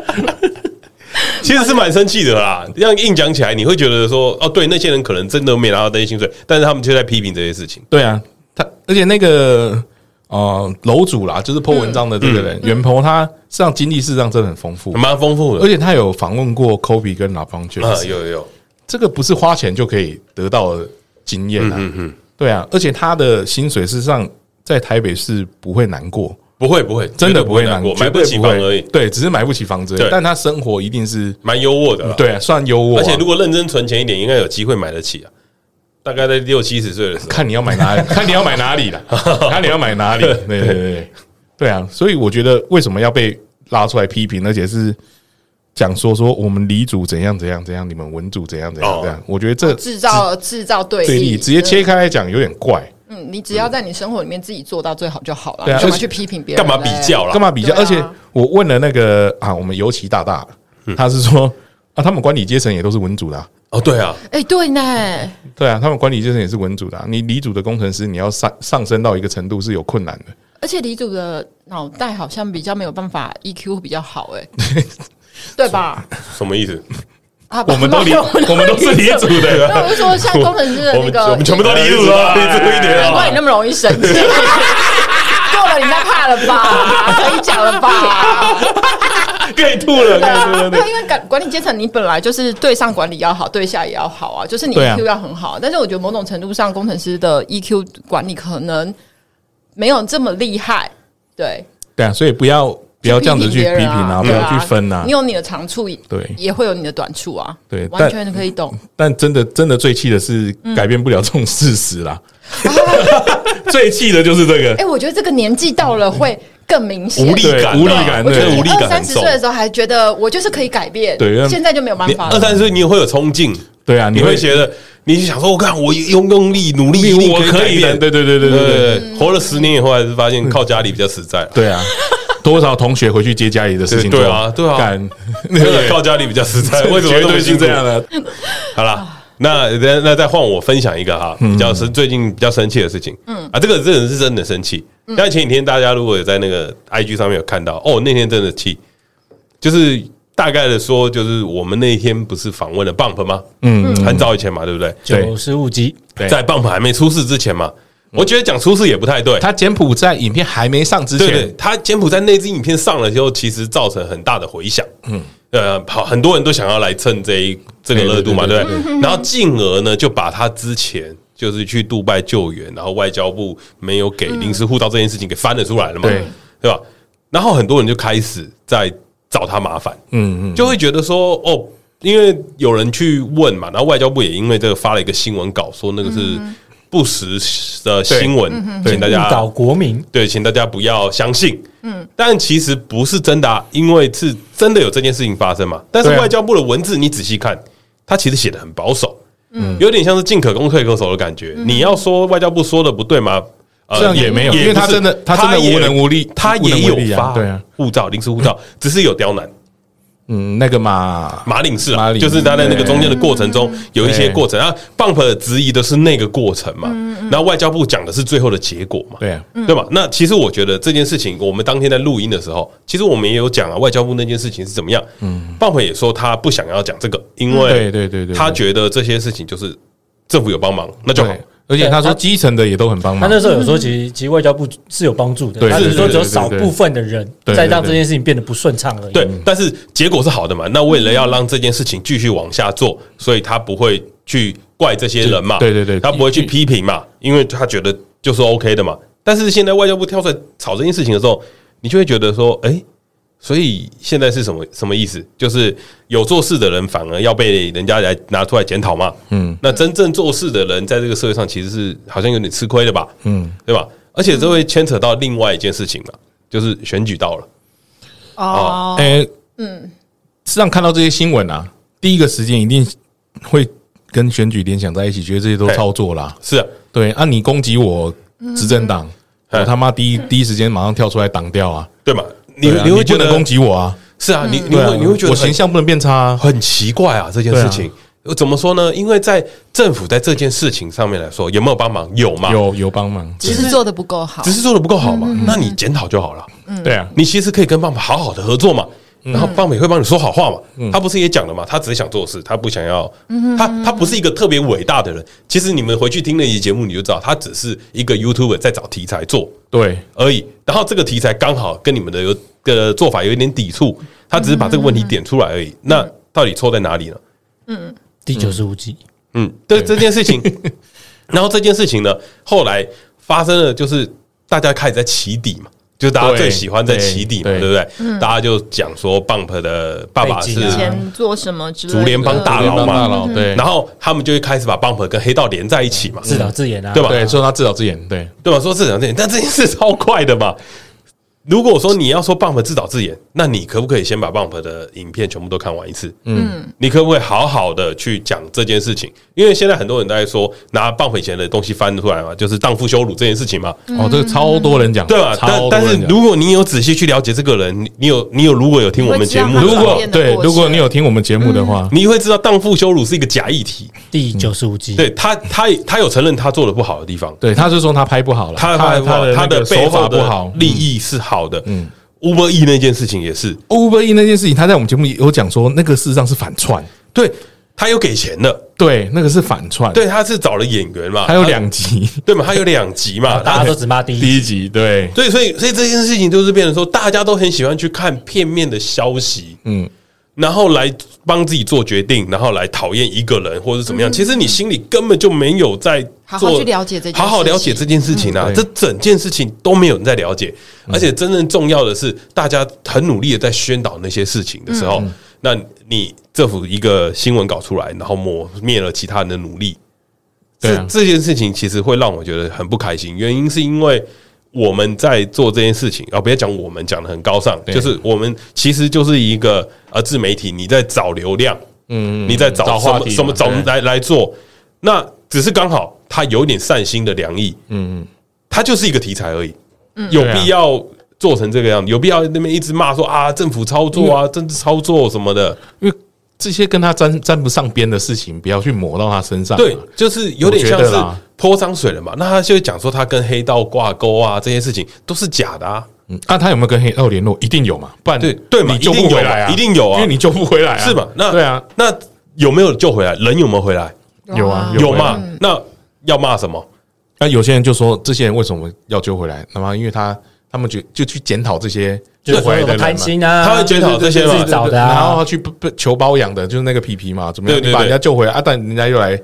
其实是蛮生气的啦，这样硬讲起来，你会觉得说，哦，对，那些人可能真的没拿到这些薪水，但是他们却在批评这些事情。对啊，他而且那个呃楼主啦，就是嗯破文章的这个嗯人，袁鹏他实际上经历事实上真的很丰富，蛮丰富而的。且他有访问过 Kobe 跟 LeBron 嗯啊 James，，有有有，这个不是花钱就可以得到的经验啊，嗯嗯，对啊，而且他的薪水事实上在台北是不会难过，不会不会，真的不会绝对难过，买不绝起对房而已，对，只是买不起房子而已对，但他生活一定是蛮优渥的啦。对啊，算优渥啊，而且如果认真存钱一点，应该有机会买得起啊。大概在六七十岁的时候，看你要买哪 里，看你要买哪里了，看你要买哪里，对对对对对啊，所以我觉得为什么要被拉出来批评，而且是讲说说我们黎族怎样怎样怎样，你们文族怎样怎哦样怎样，我觉得这制造制造对对立直接切开来讲有点怪，嗯，你只要在你生活里面自己做到最好就好了，对啊你干嘛而且去批评别人干嘞？嘛比较啦？干嘛比较？对啊而且我问了那个啊，我们尤其大大，他是说啊，他们管理阶层也都是文族的啊。哦，对啊，哎、对呢，对啊，他们管理阶层也是文组的啊、你黎组的工程师，你要上上升到一个程度是有困难的。而且李主的脑袋好像比较没有办法，EQ 比较好、 哎，对吧？什么意思？啊，我们都黎，我们都是黎组的， 那我就说，像工程师的我那们个，我们全部 都离组啊，哎离组一点难怪啊你。那么容易生气。 过了，你再怕了吧？可以讲了吧？ 可以吐了，可以吐了。对，因为管管理阶层，你本来就是对上管理要好，对下也要好啊，就是你对啊 EQ 要很好。但是我觉得某种程度上，工程师的 EQ 管理可能没有这么厉害。对，对啊，所以不要不要这样子去批别评人啊，不对要去分啊你。有你的长处，对也会有你的短处啊。对完但全可以懂。但真的真的最气的是改变不了这种事实啦， 最气的就是这个哎、我觉得这个年纪到了会更明显。无力对感啊，无力感我觉得对无力二感三很十重岁。的时候还觉得我就是可以改变，对因为现在就没有办你法二了。三十岁，你会有冲劲，对啊，你你会会觉得你就想说，我看我用用力努力，一定我可以改的，变对对对对对对对，活了十年以后，还是发现靠家里比较实 在啊。对啊！多少同学回去接家里的事情做？对对啊对啊干 真的靠家里比较实在，为什么绝那么对辛是苦这？样的。好啦，那那那再换我分享一个哈，嗯比较是最近比较生气的事情。嗯啊，这个这个人是真的生气。但前几天大家如果有在那个 IG 上面有看到，哦，那天真的气，就是大概的说，就是我们那天不是访问了 Bump 吗？嗯，很早以前嘛，对不对？对九十五集，对在 Bump 还没出事之前嘛，我觉得讲出事也不太对。他柬埔寨影片还没上之对对前，，他柬埔寨那支影片上了之后，其实造成很大的回响。嗯，呃，好，很多人都想要来蹭这一这个热度嘛，对对对不对？然后进而呢，就把他之前就是去杜拜救援，然后外交部没有给临时护照这件事情给翻了出来了嘛，对对吧？然后很多人就开始在找他麻烦，嗯嗯，就会觉得说哦，因为有人去问嘛，然后外交部也因为这个发了一个新闻稿，说那个是不实的新闻，请大家误导国民，嗯对，请大家不要相信。嗯，但其实不是真的、啊，因为是真的有这件事情发生嘛。但是对啊外交部的文字，你仔细看，它其实写的很保守，嗯，有点像是进可攻退可守的感觉。你要说外交部说的不对吗？呃这样也没有不是因为他真的他真的也无能无力他无能也为力有啊发对啊护照临时护照，只是有刁难。嗯，那个嘛，马领事马啊，领就是他在那个中间的过程中有一些过程，然后 Bump 质疑的是那个过程嘛，然后外交部讲的是最后的结果嘛，对啊对吧？那其实我觉得这件事情，我们当天在录音的时候，其实我们也有讲啊，外交部那件事情是怎么样，嗯，Bump 也说他不想要讲这个，因为嗯对对对对对他觉得这些事情就是政府有帮忙，那就好对，，而且他说基层的也都很帮他忙那，时候有说，其实其实外交部是有帮助的，对他只是说对对只有对对少对部分的人对在对让对这件事情变得不顺畅而已。对，但是结果是好的嘛？那为了要让这件事情继续往下做，所以他不会去怪这些人嘛？对对对他不会去批评嘛，因为他觉得就是 OK 的嘛。但是现在外交部跳出来吵这件事情的时候，你就会觉得说，哎、所以现在是什么什么意思？就是有做事的人反而要被人家来拿出来检讨嘛。嗯，那真正做事的人在这个社会上其实是好像有点吃亏的吧？嗯，对吧？而且这会牵扯到另外一件事情了，就是选举到了。啊哦，哎，嗯，是让看到这些新闻啊，第一个时间一定会跟选举联想在一起，觉得这些都对操作啦。是、啊，对啊，你攻击我执政党，嗯我他妈第一第一时间马上跳出来挡掉啊！对嘛？你对啊你会觉不能得攻击我啊？是啊，你你对啊会你会觉得我很形象不能变差啊？很奇怪啊，这件事情呃怎么说呢？因为在政府在这件事情上面来说，有没有帮忙？有嘛？，有有帮忙，只是做的不够好只。是做的不够好嘛？那你检讨就好了。对啊，你其实可以跟棒棒好好的合作嘛。然后棒棒也会帮你说好话嗯嘛，他不是也讲了嘛？他只是想做事，他不想要，他他不是一个特别伟大的人。其实你们回去听那期节目，你就知道，他只是一个 YouTuber 在找题材做，对而已。然后这个题材刚好跟你们的有的做法有一点抵触，他只是把这个问题点出来而已。那到底错在哪里呢？第九十五集，嗯，对这件事情，然后这件事情呢，后来发生了，就是大家开始在起底嘛，就是大家对最喜欢在起底嘛，对对不对？大家就讲说 Bump 的爸爸背是景啊以前做什么之类的？竹联帮大佬帮大嘛，嗯佬对，然后他们就会开始把 Bump 跟黑道连在一起嘛，自导自演啊，对吧对，说他自导自演，对对吧？说自导自演，但这件事超快的嘛。如果说你要说 Bump 自导自演，那你可不可以先把 Bump 的影片全部都看完一次？嗯，你可不可以好好的去讲这件事情？因为现在很多人都在说拿 Bump 以前的东西翻出来嘛，就是荡妇羞辱这件事情嘛，哦，这个超多人讲，对吧？但超多但是人讲如果你有仔细去了解这个人，你你有你有如果有听我们节目你的会知道话，如他果变得对，过去如果你有听我们节目的话，你会知道荡妇羞辱是一个假议题。第九十五集，对他，他他有承认他做的不好的地方，对，他是说他拍不好了，他他他的他他的的背手后法的不好，嗯利益是好的。嗯，Uber E 那件事情也是， Uber E 那件事情，他在我们节目里有讲说，那个事实上是反串，对他有给钱的，对，那个是反串，对，，他是找了演员嘛，还有两 集，对嘛，他有两 集嘛，大家都他只骂第一，第一集对，对，所以所以这件事情就是变成说，大家都很喜欢去看片面的消息，嗯，然后来帮自己做决定，然后来讨厌一个人或者是怎么样。其实你心里根本就没有在嗯好好做去了解这件好好了事情解这件事情啊嗯，对嗯这整件事情都没有人在了解，而且真正重要的是，大家很努力的在宣导那些事情的时候，嗯那你政府一个新闻搞出来，然后抹灭了其他人的努力，对这啊这件事情其实会让我觉得很不开心，原因是因为我们在做这件事情啊，不要讲我们讲的很高尚，对就是我们其实就是一个呃自媒体，你在找流量，嗯，你在找找什话么啊题嘛什么找对来来做。那只是刚好他有一点善心的良意，嗯，他就是一个题材而已，有啊必要做成这个样子，有必要那边一直骂说啊政府操作啊政治操作什么的，因为这些跟他沾沾不上边的事情，不要去抹到他身上。对，就是有点像啊我觉是得啦泼脏水了嘛。那他就讲说他跟黑道挂钩啊，这些事情都是假的啊，嗯，那、他有没有跟黑道联络？一定有嘛，不然对对嘛你救不回来啊，一定有啊一定有啊因为你救不回来啊，是吧？那对啊，，那有没有救回来？人有没有回来？有啊有回来嘛？那要骂什么？那有些人就说，这些人为什么要救回来？那么因为他他们就就去检讨这些就救是回来说的人有嘛贪心啊，他会检讨这些嘛自己找的然后啊他，去不不求包养的，就是那个皮皮嘛，怎么样？对对你把对人家救回来啊，但人家又来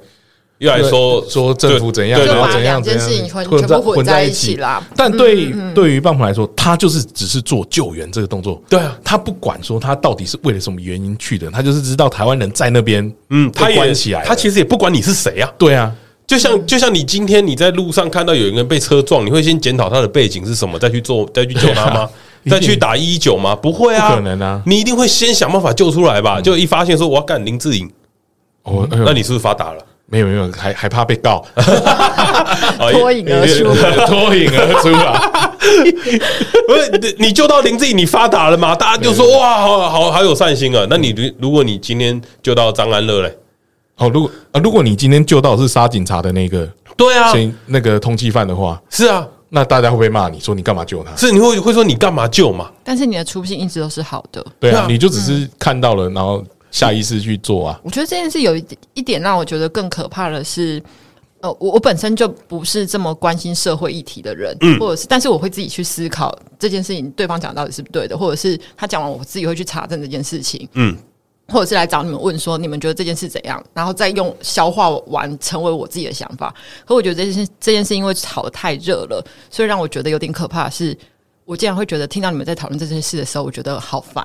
又来说说政府怎样，对然对就后把怎样两件怎事样情混混全部混在在一起。啦。嗯但对对于棒棒来说，他就是只是做救援这个动作。对啊，他不管说他到底是为了什么原因去的，他就是知道台湾人在那边，嗯，他被也关起来了，他其实也不管你是谁啊。对啊，就嗯像就像你今天你在路上看到有人被车撞，你会先检讨他的背景是什么，再去 做再去救他对吗啊？再去打一一九吗？不会啊，不可能啊你一定会先想办法救出来吧？嗯就一发现说我要干林志颖，哦，哎呦嗯那你是不是 发达了？没有没有，还还怕被 告哎脱颖而出 脱颖而出啊？不是 你你救到林志颖，你发达了嘛？大家就说哇，好好好有善心啊！那你嗯如如果你今天救到张安乐嘞，哦，如果啊，如果你今天救到是杀警察的那个对啊，先那个通缉犯的话，是啊，那大家会不会骂你说你干嘛救他？是你会会说你干嘛救嘛？但是你的初心一直都是好的。对对啊啊，你就只是看到了，然后下意识去做啊。我觉得这件事有一一点让我觉得更可怕的是，呃，我我本身就不是这么关心社会议题的人，或者是，但是我会自己去思考这件事情，对方讲到底是不对的，或者是他讲完我自己会去查证这件事情，嗯嗯，或者是来找你们问说你们觉得这件事怎样，然后再用消化完成为我自己的想法。可我觉得这件事这件事因为炒得太热了，所以让我觉得有点可怕的是。我竟然会觉得听到你们在讨论这件事的时候，我觉得好烦。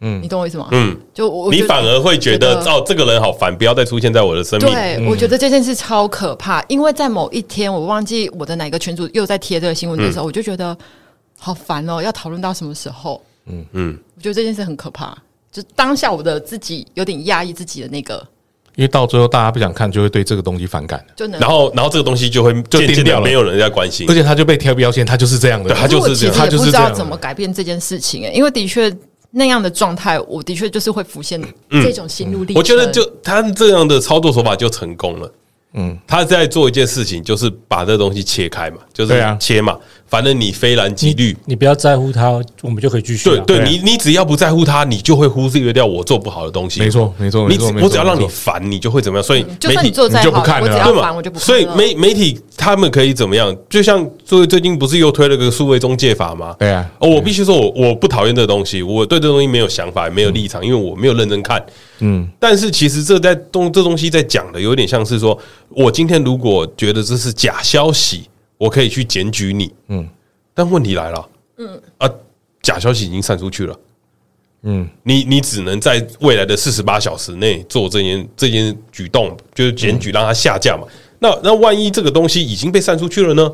嗯，你懂我意思吗？嗯，就我我你觉得反而会觉得觉得哦，这个人好烦，不要再出现在我的生命。对，我觉得这件事超可怕，因为在某一天，我忘记我的哪个群主又在贴这个新闻嗯的时候，我就觉得好烦哦，要讨论到什么时候？嗯嗯，我觉得这件事很可怕，就当下我的自己有点压抑自己的那个，因为到最后大家不想看，就会对这个东西反感，就能然后然后这个东西就会就渐渐定掉的了没有人在关心而。且他就被贴标签，他就是这样的，对他可就我是这其样实也不知道怎么的改变这件事情、欸，因为的确那样的状态，我的确就是会浮现这种心路历程。我觉得就他这样的操作手法就成功了。嗯，他在做一件事情，就是把这东西切开嘛，就对是啊切嘛，反正你非蓝即绿，你不要在乎他，我们就可以继续对啊。对，对啊你你只要不在乎他，你就会忽略掉我做不好的东西。没错没错你没错只没错我只要让你没错烦，你就会怎么样？所以嗯就媒算体你做再你就不好，看我了只啊要对烦嘛我就不看所以了媒媒体他们可以怎么样？就像最最近不是又推了个数位中介法吗？对啊哦，我必须说我我不讨厌这个东西，我对这东西没有想法，也没有立场，因为我没有认真看。嗯，但是其实这在东这东西在讲的有点像是说，我今天如果觉得这是假消息，我可以去检举你。嗯，但问题来了，嗯啊，假消息已经散出去了。嗯，你你只能在未来的四十八小时内做这件这件举动，就是检举让它下架嘛。那那万一这个东西已经被散出去了呢？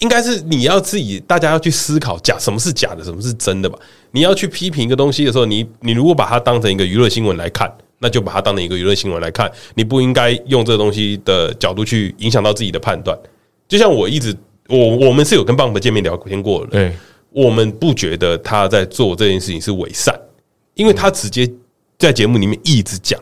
应该是你要自己大家要去思考假什么是假的，什么是真的吧。你要去批评一个东西的时候，你你如果把它当成一个娱乐新闻来看，那就把它当成一个娱乐新闻来看，你不应该用这个东西的角度去影响到自己的判断。就像我一直我我们是有跟棒棒见面聊天过的，对，我们不觉得他在做这件事情是伪善，因为他直接在节目里面一直讲，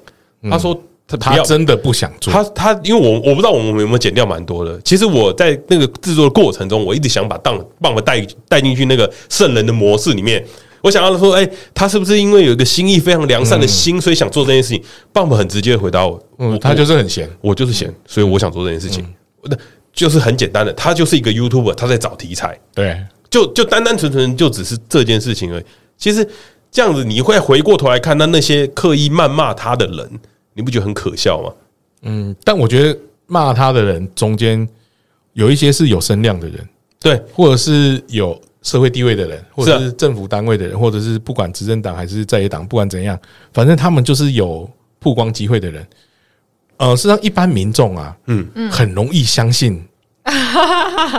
他说他嗯不他要真的不想做，他他，因为我我不知道我们有没有剪掉蛮多的。其实我在那个制作的过程中，我一直想把当棒棒带带进去那个圣人的模式里面。我想要说，哎、他是不是因为有一个心意非常良善的心，所以想做这件事情？棒棒很直接地回答我，嗯，我他就是嗯很闲，我就是闲，所以我想做这件事情。那、就是很简单的，他就是一个 YouTuber，他在找题材。对，就就单单纯纯就只是这件事情而已。其实这样子，你会回过头来看，那那些刻意谩骂他的人，你不觉得很可笑吗？嗯，但我觉得骂他的人中间有一些是有声量的人，对，或者是有社会地位的人，或者是啊是政府单位的人，或者是不管执政党还是在野党，不管怎样，反正他们就是有曝光机会的人。呃，事实上，一般民众啊，嗯嗯，很容易相信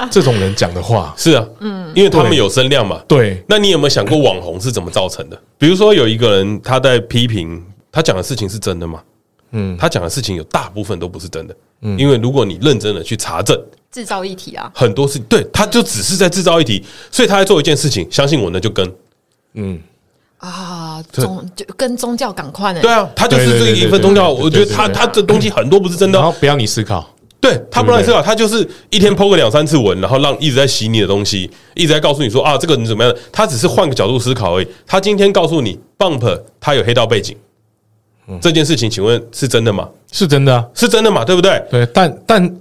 这种人讲的话。是啊，嗯，因为他们有声量嘛。对，那你有没有想过网红是怎么造成的？比如说有一个人他在批评他讲的事情是真的吗？嗯，他讲的事情有大部分都不是真的，嗯因为如果你认真的去查证，制造议题啊，很多事对，他就只是在制造议题，所以他在做一件事情，相信我呢就跟，啊，宗就跟宗教赶快呢，对啊，他就是对对这对一份宗教，我觉对对对得他对他这东西很多不是真的然哦，后不要你思考，对他不让你思考，他就是一天剖个两三次文，然后让一直在洗你的东西，一直在告诉你说啊，这个人怎么样的，他只是换个角度思考而已。他今天告诉你 bump 他有黑道背景，嗯这件事情请问是真的吗？是真的、啊，是真的嘛？对不对？对，但但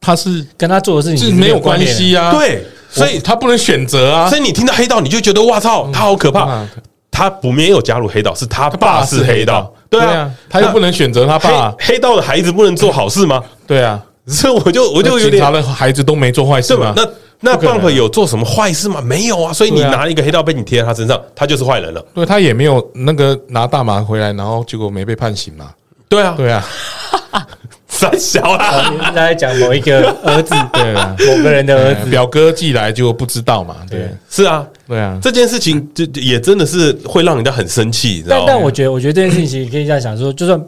他是跟他做的事情是其实没有关关联的。系啊，对，所以我他不能选择啊所，以你听到黑道，你就觉得哇操，他好可怕嗯。他不没有加入黑道，是他爸是黑道，对啊，他又不能选择他那爸啊，黑黑道的孩子不能做好事吗？ 对啊，所以我就我就有警点察的孩子都没做坏事对嘛吧？，那那不可能啊 Bump 有做什么坏事吗？没有啊，所以你对啊拿一个黑道被你贴在他身上，他就是坏人了。对他也没有那个拿大麻回来，然后结果没被判刑嘛，对啊，对啊，三小 啊，哦你是在讲某一个儿子， 对啊，某个人的儿哎子，表哥寄来结果不知道嘛，对是啊，对啊，这件事情就就也真的是会让人家很生气，你知但道但吗？我觉得，我觉得这件事情其实可以这样想说，就算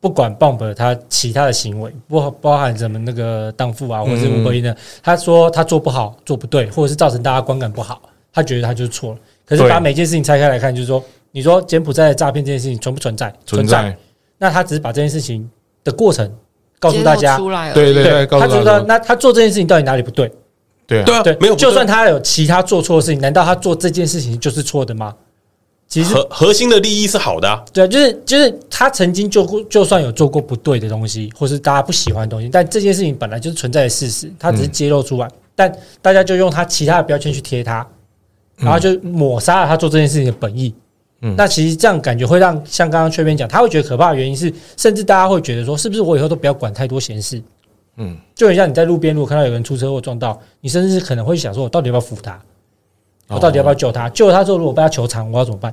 不管 Bump 他其他的行为，不包含什么那个荡妇嗯啊，或者是吴伯英的，他说他做不好、做不对，或者是造成大家观感不好，他觉得他就是错了。可是对把每件事情拆开来看，就是说，你说柬埔寨的诈骗这件事情存不存在？存在，，那他只是把这件事情的过程告诉大揭家露，出来了，对对对，告他诉知他道说，那他做这件事情到底哪里不对？对啊，对啊对，，没有，就算他有其他做错的事情，难道他做这件事情就是错的吗？其实核核心的利益是好的啊，对，就是就是他曾经做过，就算有做过不对的东西，或是大家不喜欢的东西，但这件事情本来就是存在的事实，他只是揭露出来，但大家就用他其他的标签去贴他，然后就抹杀了他做这件事情的本意。嗯那其实这样感觉会让像刚刚崔边讲，他会觉得可怕的原因是，甚至大家会觉得说，是不是我以后都不要管太多闲事？嗯，就很像你在路边如果看到有人出车祸撞到，你甚至可能会想说，我到底要不要扶他？我到底要不要救他？救了他之后，如果被他求偿，我要怎么办？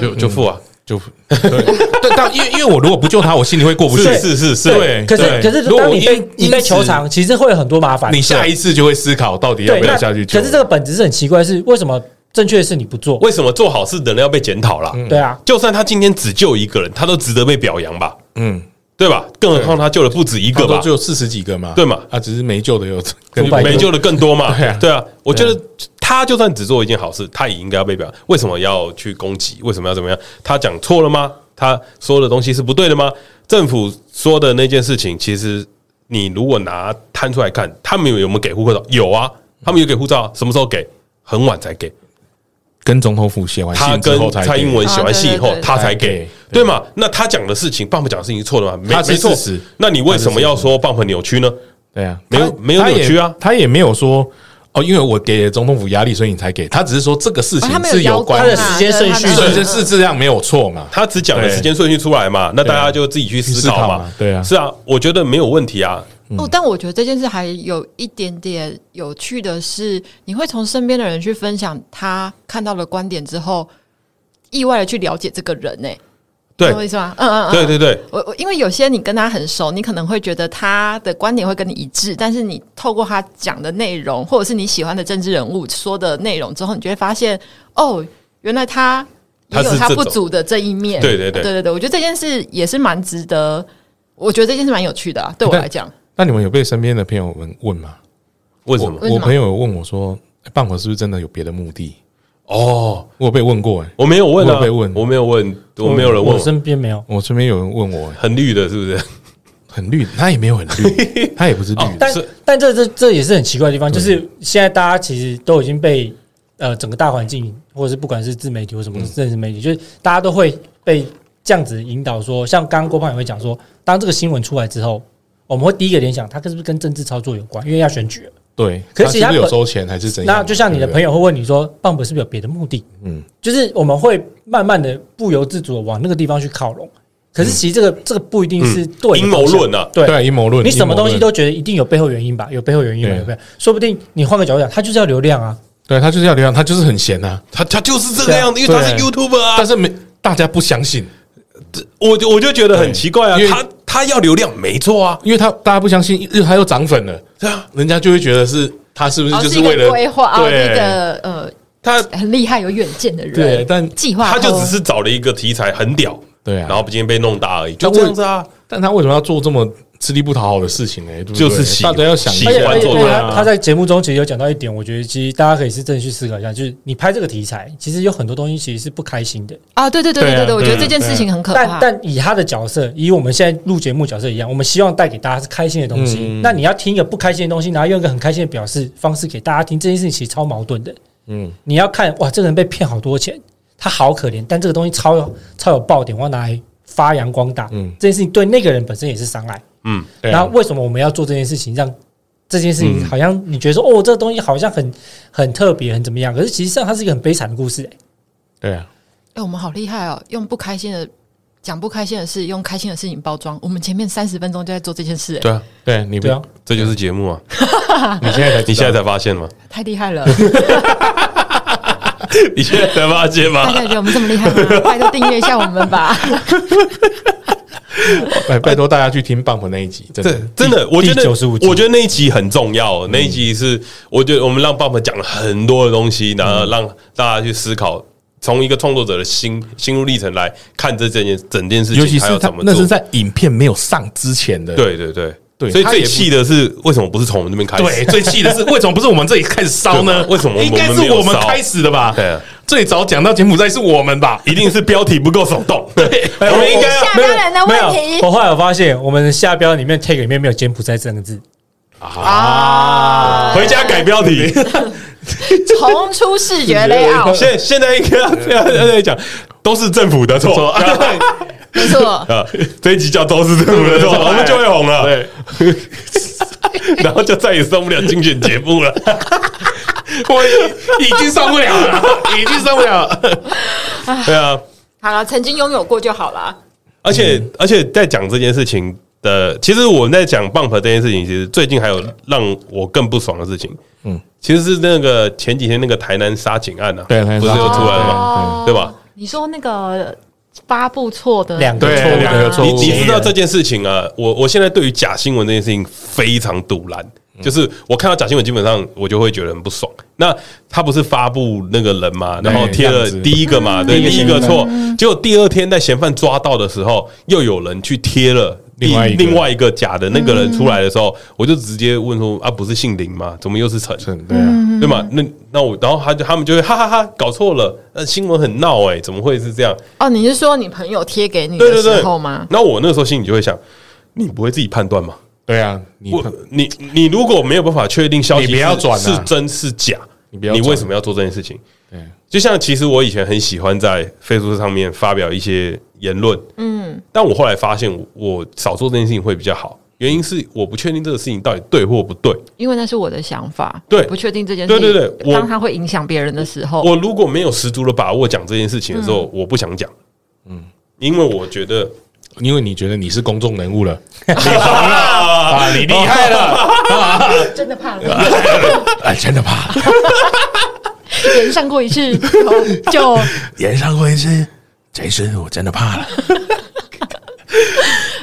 就嗯就付啊，就 对，对但因为因为我如果不救他，我心里会过不去，是是是是，对可是哎对可是，如果当你因被你因被此求偿，其实会有很多麻烦。你下一次就会思考到底要对，不那要下去救。可是这个本质是很奇怪，是为什么正确的事你不做？为什么做好事的人要被检讨啦？对啊，就算他今天只救一个人，他都值得被表扬吧？嗯，对吧？更何况他救了不止一他个都吧只？有四十几个嘛，对嘛啊，只是没救的有五百多没救的更多 嘛？对啊对啊，我觉得他就算只做一件好事，他也应该要被表扬。为什么要去攻击？为什么要怎么样？他讲错了吗？他说的东西是不对的吗？政府说的那件事情，其实你如果拿摊出来看，他们有有没有给护照？有啊，他们有给护照啊，什么时候给？很晚才给。跟总统府写完他信之后跟才蔡英文写完戏以啊后对对，对他才才给给，对嘛？那他讲的事情，棒棒讲的事情是错的吗？没他是没错事实。那你为什么要说棒棒扭曲呢？对啊，没有他没有他扭也曲啊他也没有说哦，因为我给总统府压力，所以你才给他，只是说这个事哦他情们是邀有关他的功啊时间顺序对他是们是是这样没有错嘛？他只讲了时间顺序出来嘛，那大家就自己啊去思考去思考嘛嘛。对啊是啊，我觉得没有问题啊。哦，但我觉得这件事还有一点点有趣的是，你会从身边的人去分享他看到的观点之后，意外的去了解这个人、欸，对懂我意思吗？嗯啊嗯嗯，对对对，我我因为有些你跟他很熟，你可能会觉得他的观点会跟你一致，但是你透过他讲的内容，或者是你喜欢的政治人物说的内容之后，你就会发现，哦，原来他也他有是他这不种足的这一面。对对对对对对，我觉得这件事也是蛮值得，我觉得这件事蛮有趣的啊，对我但来讲，那你们有被身边的朋友们问吗？为什么？为什我么朋友有问我说，哎棒球是不是真的有别的目的？哦，我有被问过哎，我没有问啊，我有被问我没有问，我没有人问我我，身边没有。我身边有人问我哎，很绿的，是不是？很绿，他也没有很 绿，他也不是绿的，但是但这这这也是很奇怪的地方，就是现在大家其实都已经被呃整个大环境，或者是不管是自媒体或嗯什么政治媒体，就是大家都会被这样子引导说，像刚刚郭胖也会讲说，当这个新闻出来之后，我们会第一个联想，它是不是跟政治操作有关？因为要选举了。对，可他是是不他是有本收钱还是怎样？那就像你对的不对朋友会问你说，棒本是不是有别的目的？嗯嗯，就是我们会慢慢的不由自主的往那个地方去靠拢。可是其实这个、这个不一定是对的嗯阴方谋向论啊，对。嗯对阴谋论，你什么东西阴谋论都觉得一定有背后原因吧？有背后原因吧？对有背后，说不定你换个角度讲，他就是要流量啊。对他就是要流量，他就是很闲啊，他他就是这个样子，因为对他是 YouTuber 啊但。是没大家不相信，我就我就觉得很奇怪啊因，为他他要流量没错啊，因为他大家不相信，因为他又涨粉了，对啊，人家就会觉得是他是不是哦就是是一为个了规划，哦，是一对个呃他很厉害有远见的人，对但计划他就哦只是找了一个题材很屌，对啊然后今天被弄大而已，就但这我样子啊。但他为什么要做这么吃力不讨好的事情呢？对不对就是喜大家要想一喜下而且欢而且做对对啊他他在节目中其实有讲到一点，我觉得其实大家可以是正去思考一下，就是你拍这个题材，其实有很多东西其实是不开心的，啊，对对对对对啊对对，我觉得对啊这件事情很可但怕。但以他的角色，以我们现在录节目角色一样，我们希望带给大家是开心的东西。那你要听一个不开心的东西，然后用一个很开心的表示方式给大家听，这件事情其实超矛盾的。嗯，你要看哇，这个人被骗好多钱，他好可怜，但这个东西超有超有爆点，我要拿来发扬光大。嗯，这件事情对那个人本身也是伤害。嗯，对然啊后为什么我们要做这件事情？让这件事情好像你觉得说、哦，这个东西好像很很特别，很怎么样？可是其实上它是一个很悲惨的故事、欸对啊，哎，我们好厉害哦，用不开心的讲不开心的事，用开心的事情包装。我们前面三十分钟就在做这件事，对啊，对你不对啊，这就是节目啊！你现在才知道你现在才发现 吗？哎太厉 害了！你现在才发现大吗家？觉得我们这么厉害吗？拜托订阅一下我们吧。 拜拜托大家去听 Bump 那一集，真这的真的，我觉得95集我觉得那一集很重嗯要。那一集是我觉得我们让爸爸讲了很多的东西，嗯然后让大家去思考，从一个创作者的心心路历程来看这整件整件事情，尤其还是要他怎么那做是。在影片没有上之前的，对对对对所以他也最不气的是为什么不是从我们这边开对，始？最气的是为什么不是我们这里开始烧 对呢？嘛为什么我们应该没是有我们烧开始的吧？对啊最早讲到柬埔寨是我们吧？一定是标题不够手动。对，哎我们应该要下标人的没问题有，我后来有发现，我们的下标里面 tag 里面没有柬埔寨这两个字，啊，回家改标题。重出视觉 layout，现现在应该要这样这样讲，都是政府 的错。没错， 啊，这一集叫都是政府的错，我们就会红了。对， 然后就再也上不了竞选节目了。我已已经上不了了，已经上不了了。 对啊，好了，曾经拥有过就好了。而且、而且在讲这件事情的，其实我们在讲 bump 这件事情，其实最近还有让我更不爽的事情，嗯，其实是那个前几天那个台南杀警案啊，对台南不是杀又出来了哦吗？对吧？你说那个发布错的两个对错误两个的错你误你知道这件事情啊？我我现在对于假新闻这件事情非常堵然，嗯就是我看到假新闻，基本上我就会觉得很不爽。那他不是发布那个人嘛，然后贴了样子嗯第一个嘛，对，第第一一个个错，结果第二天在嫌犯抓到的时候，又有人去贴了。另第外一个嗯另外一个假的那个人出来的时候，我就直接问说：“啊，不是姓林吗？怎么又是陈？”对啊，对嘛？那那我，然后他就他们就会哈哈哈搞错了，那新闻很闹哎，怎么会是这样？哦，你是说你朋友贴给你对的对对时候吗？？那我那时候心里就会想，你不会自己判断吗？对啊，你我你你如果没有办法确定消息你不要是转啊是真是假，你不要转为什么要做这件事情？对就像其实我以前很喜欢在 Facebook 上面发表一些言论，嗯，但我后来发现我我少做这件事情会比较好，原因是我不确定这个事情到底对或不对。因为那是我的想法，对不确定这件事情。对对对我当它会影响别人的时候，我如果没有十足的把握讲这件事情的时候，我不想讲，嗯，因为我觉得因为你觉得你是公众人物了，啊，啊，你厉害了，真的怕了。 哎，真的吧？连上过一次就演上过一次，这次我真的怕了。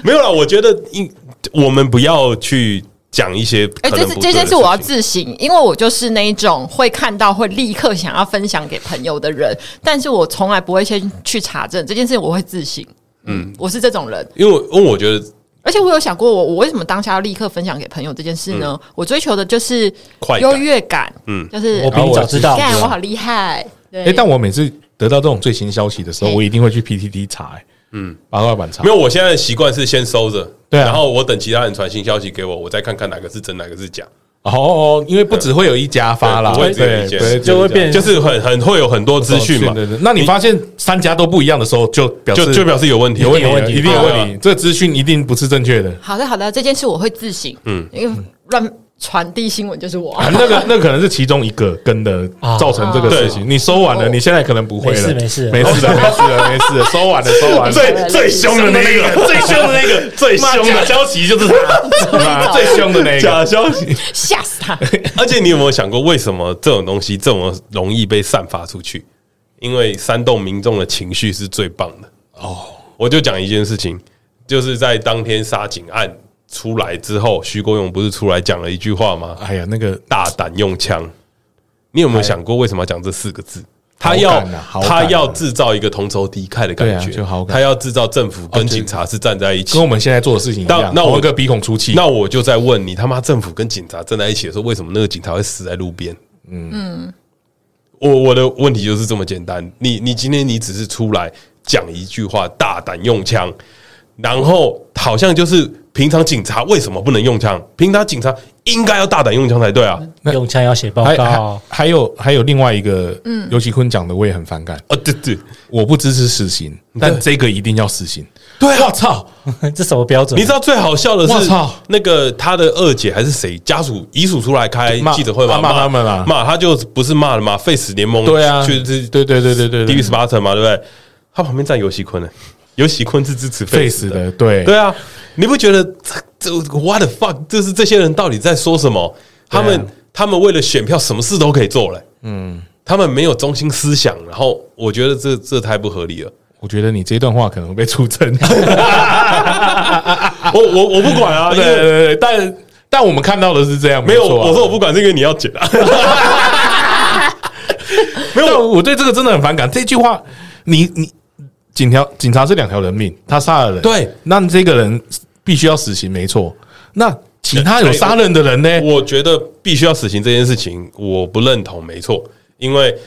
没有啦，我觉得应我们不要去讲一些哎、可这能是不这对的件事我要情自省，因为我就是那一种会看到会立刻想要分享给朋友的人，但是我从来不会先去查证这件事，我会自省。嗯，我是这种人，因为我因为我觉得而且我有想过我，我为什么当下要立刻分享给朋友这件事呢？我追求的就是嗯快感优越感，嗯嗯，就是我比你早知道，啊干我好厉害，对，哎，但我每次得到这种最新消息的时候，嘿我一定会去 PTT 查，嗯，八卦版查没。有，我现在的习惯是先收着，对啊然后我等其他人传新消息给我，我再看看哪个是真，哪个是假，哦，因为不只会有一家发啦，对不会只有对一家对，就会变嗯就是很很会有很多资讯嘛，对对对那你发现三家都不一样的时候，就表就示就表示有问题，有问题了，题一定有对啊问题。这资讯一定不是正确的。好的好的，这件事我会自省，嗯，因为乱传递新闻就是我啊，，那个那可能是其中一个跟的啊造成这个事情。你收完哦了，你现在可能不会了，没事没没事的，没事的，没事的，收完了，收完了。最最凶的那个，最凶的那 个，最凶假的消息就是他，最凶的那假个。消息。吓死他。而且你有没有想过，为什么这种东西这么容易被散发出去？因为煽动民众的情绪是最棒的。哦，我就讲一件事情，就是在当天杀警案出来之后，徐国勇不是出来讲了一句话吗？哎呀，那个大胆用枪。你有没有想过为什么要讲这四个字？他好要感啊好感啊他要制造一个同仇敌忾的对感啊觉，就好感他要制造政府跟哦就警察是站在一起跟。我们现在做的事情一那样，那我同一个鼻孔出气，那我就在问你，他妈政府跟警察站在一起的时候，为什么那个警察会死在路边？嗯我我的问题就是这么简单。你你今天你只是出来讲一句话，大胆用枪，然后好像就是平常警察为什么不能用枪？平常警察应该要大胆用枪才对啊！用枪要写报还还告，还有还有另外一个，嗯，尤其坤讲的我也很反感，哦，对 对我不支持死刑，但这个一定要死刑。对啊！我操！这什么标准？你知道最好笑的嗯我是操，那个他的二姐还是谁家属遗属出来开骂记者会嘛，骂他们啦骂他就不是骂了嘛，Face 联盟对啊，就是对对对对对低于对十八层嘛，对不对？他旁边站尤喜坤呢，尤喜坤是支持，face Face 的，的，对对啊，你不觉得这这 what the fuck？就是这些人到底在说什么？他们、啊他们为了选票，什么事都可以做了、嗯，他们没有中心思想，然后我觉得这这太不合理了。我觉得你这段话可能会被出 征。我我我不管啊，啊对因为对对，对但但我们看到的是这样，没有，错啊我说我不管这个，你要剪啊。没有，我对这个真的很反感。这句话，你你警条警察是两条人命，他杀了人，对，那这个人必须要死刑，没错。那其他有杀人的人呢？ 我觉得必须要死刑这件事情，我不认同，没错，因为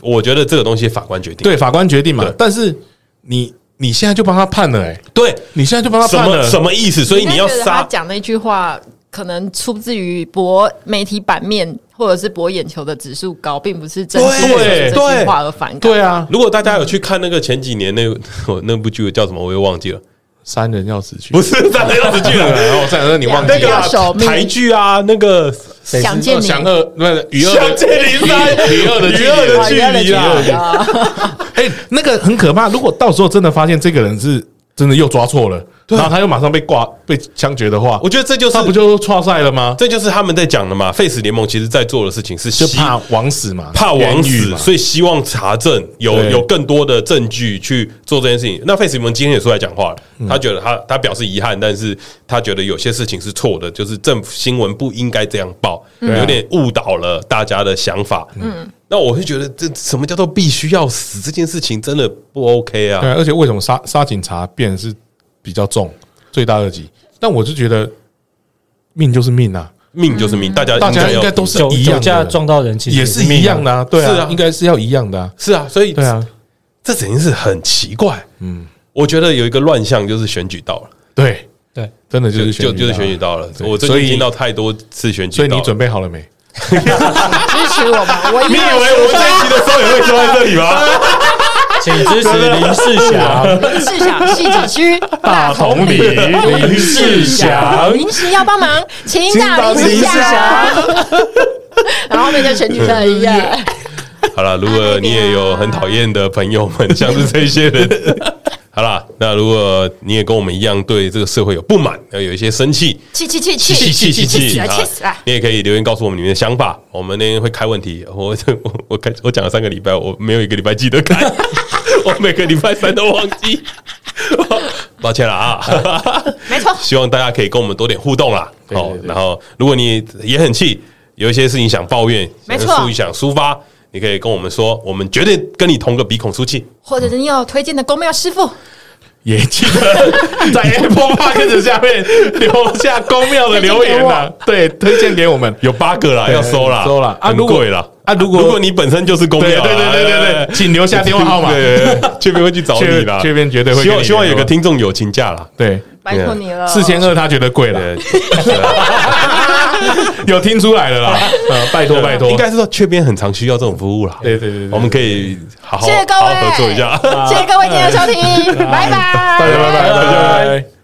我觉得这个东西法官决定。对，法官决定嘛对。但是你你现在就帮他判了，哎，对，你现在就帮他什判么了，什么意思？ 所以你要应该觉得他杀讲那句话，可能出自于博媒体版面或者是博眼球的指数高，并不是真心对为了这对句话而反感。对啊，如果大家有去看那个 前几年那我那部剧叫什么，我又忘记了，三人要死去， 哦不是大家要死去了，然后三人你忘记那个了要。守啊命台剧啊，那个想见哦你，想二不是余二相的见零三，余二的余二的距距离离啊啊， 哎、那个很可怕。如果到时候真的发现这个人是真的又抓错了，然后他又马上被挂被枪决的话，我觉得这就是他不就错赛了吗？这就是他们在讲的嘛，Face 联盟其实在做的事情是就希怕枉死嘛，怕枉冤狱死，嘛所以希望查证有对有更多的证据去做这件事情。那 Face 们今天也出来讲话了，嗯他觉得他他表示遗憾，但是他觉得有些事情是错的，就是政府新闻不应该这样报，啊有点误导了大家的想法。嗯，那我会觉得这什么叫做必须要死这件事情真的不 OK 对啊？啊，而且为什么杀杀警察变得是比较重最大二级？但我就觉得命就是命啊，命就是命，大家大家应要该都是酒一酒样驾的，撞到人，其实也是一样命的、啊，对是啊啊，应该是要一样的啊，是啊，所以对啊，这整件事很奇怪。嗯，我觉得有一个乱象就是选举到了。对，对，真的就就是就就是选举到到了，对我最所以近听到太多次选举所以到你了准备好了没？支持我们。我以你以为我这一期的时候也会说在这里吗？啊请支持林世祥，林世祥戏景区大同理，林世祥临时要帮忙，请打林世 祥。然后那个选举的一样， 好了，如果你也有很讨厌的朋友们，像是这些人，好啦，那如果你也跟我们一样对这个社会有不满，呃，有一些生气，气气气气气气气气死了，啊气死了！你也可以留言告诉我们你们的想法，我们那天会开问题。我我我开我讲了三个礼拜，我没有一个礼拜记得 开，我每个礼拜三都忘记， 抱歉了啊。 没错，希望大家可以跟我们多点互动啦。哦，然后如果你也很气，有一些事情想抱怨，没想错抒想抒发，你可以跟我们说，我们绝对跟你同个鼻孔 出气。或者是你有哦推荐的公庙师傅，也记得在 Apple Podcast 下面留下公庙的留言啦、 对，推荐给我们，有八个啦，要收啦，收啦啊很如果贵啦。啊如果如果你本身就是公庙啊对啦，对对对对对，请留下电话号码，哎对对对这边会去 找你啦，这这边绝对会希跟望你希望有联络个听众友情价啦。对，拜托你了，四千二他觉得贵了，对， 啊啊有听出来了啦，呃，拜托拜托，应该是说缺边很常需要这种服务啦。对对对对对我们可以好好谢谢各位好好合作一下。嗯谢谢各位今天的收听，拜拜，拜拜拜拜拜拜。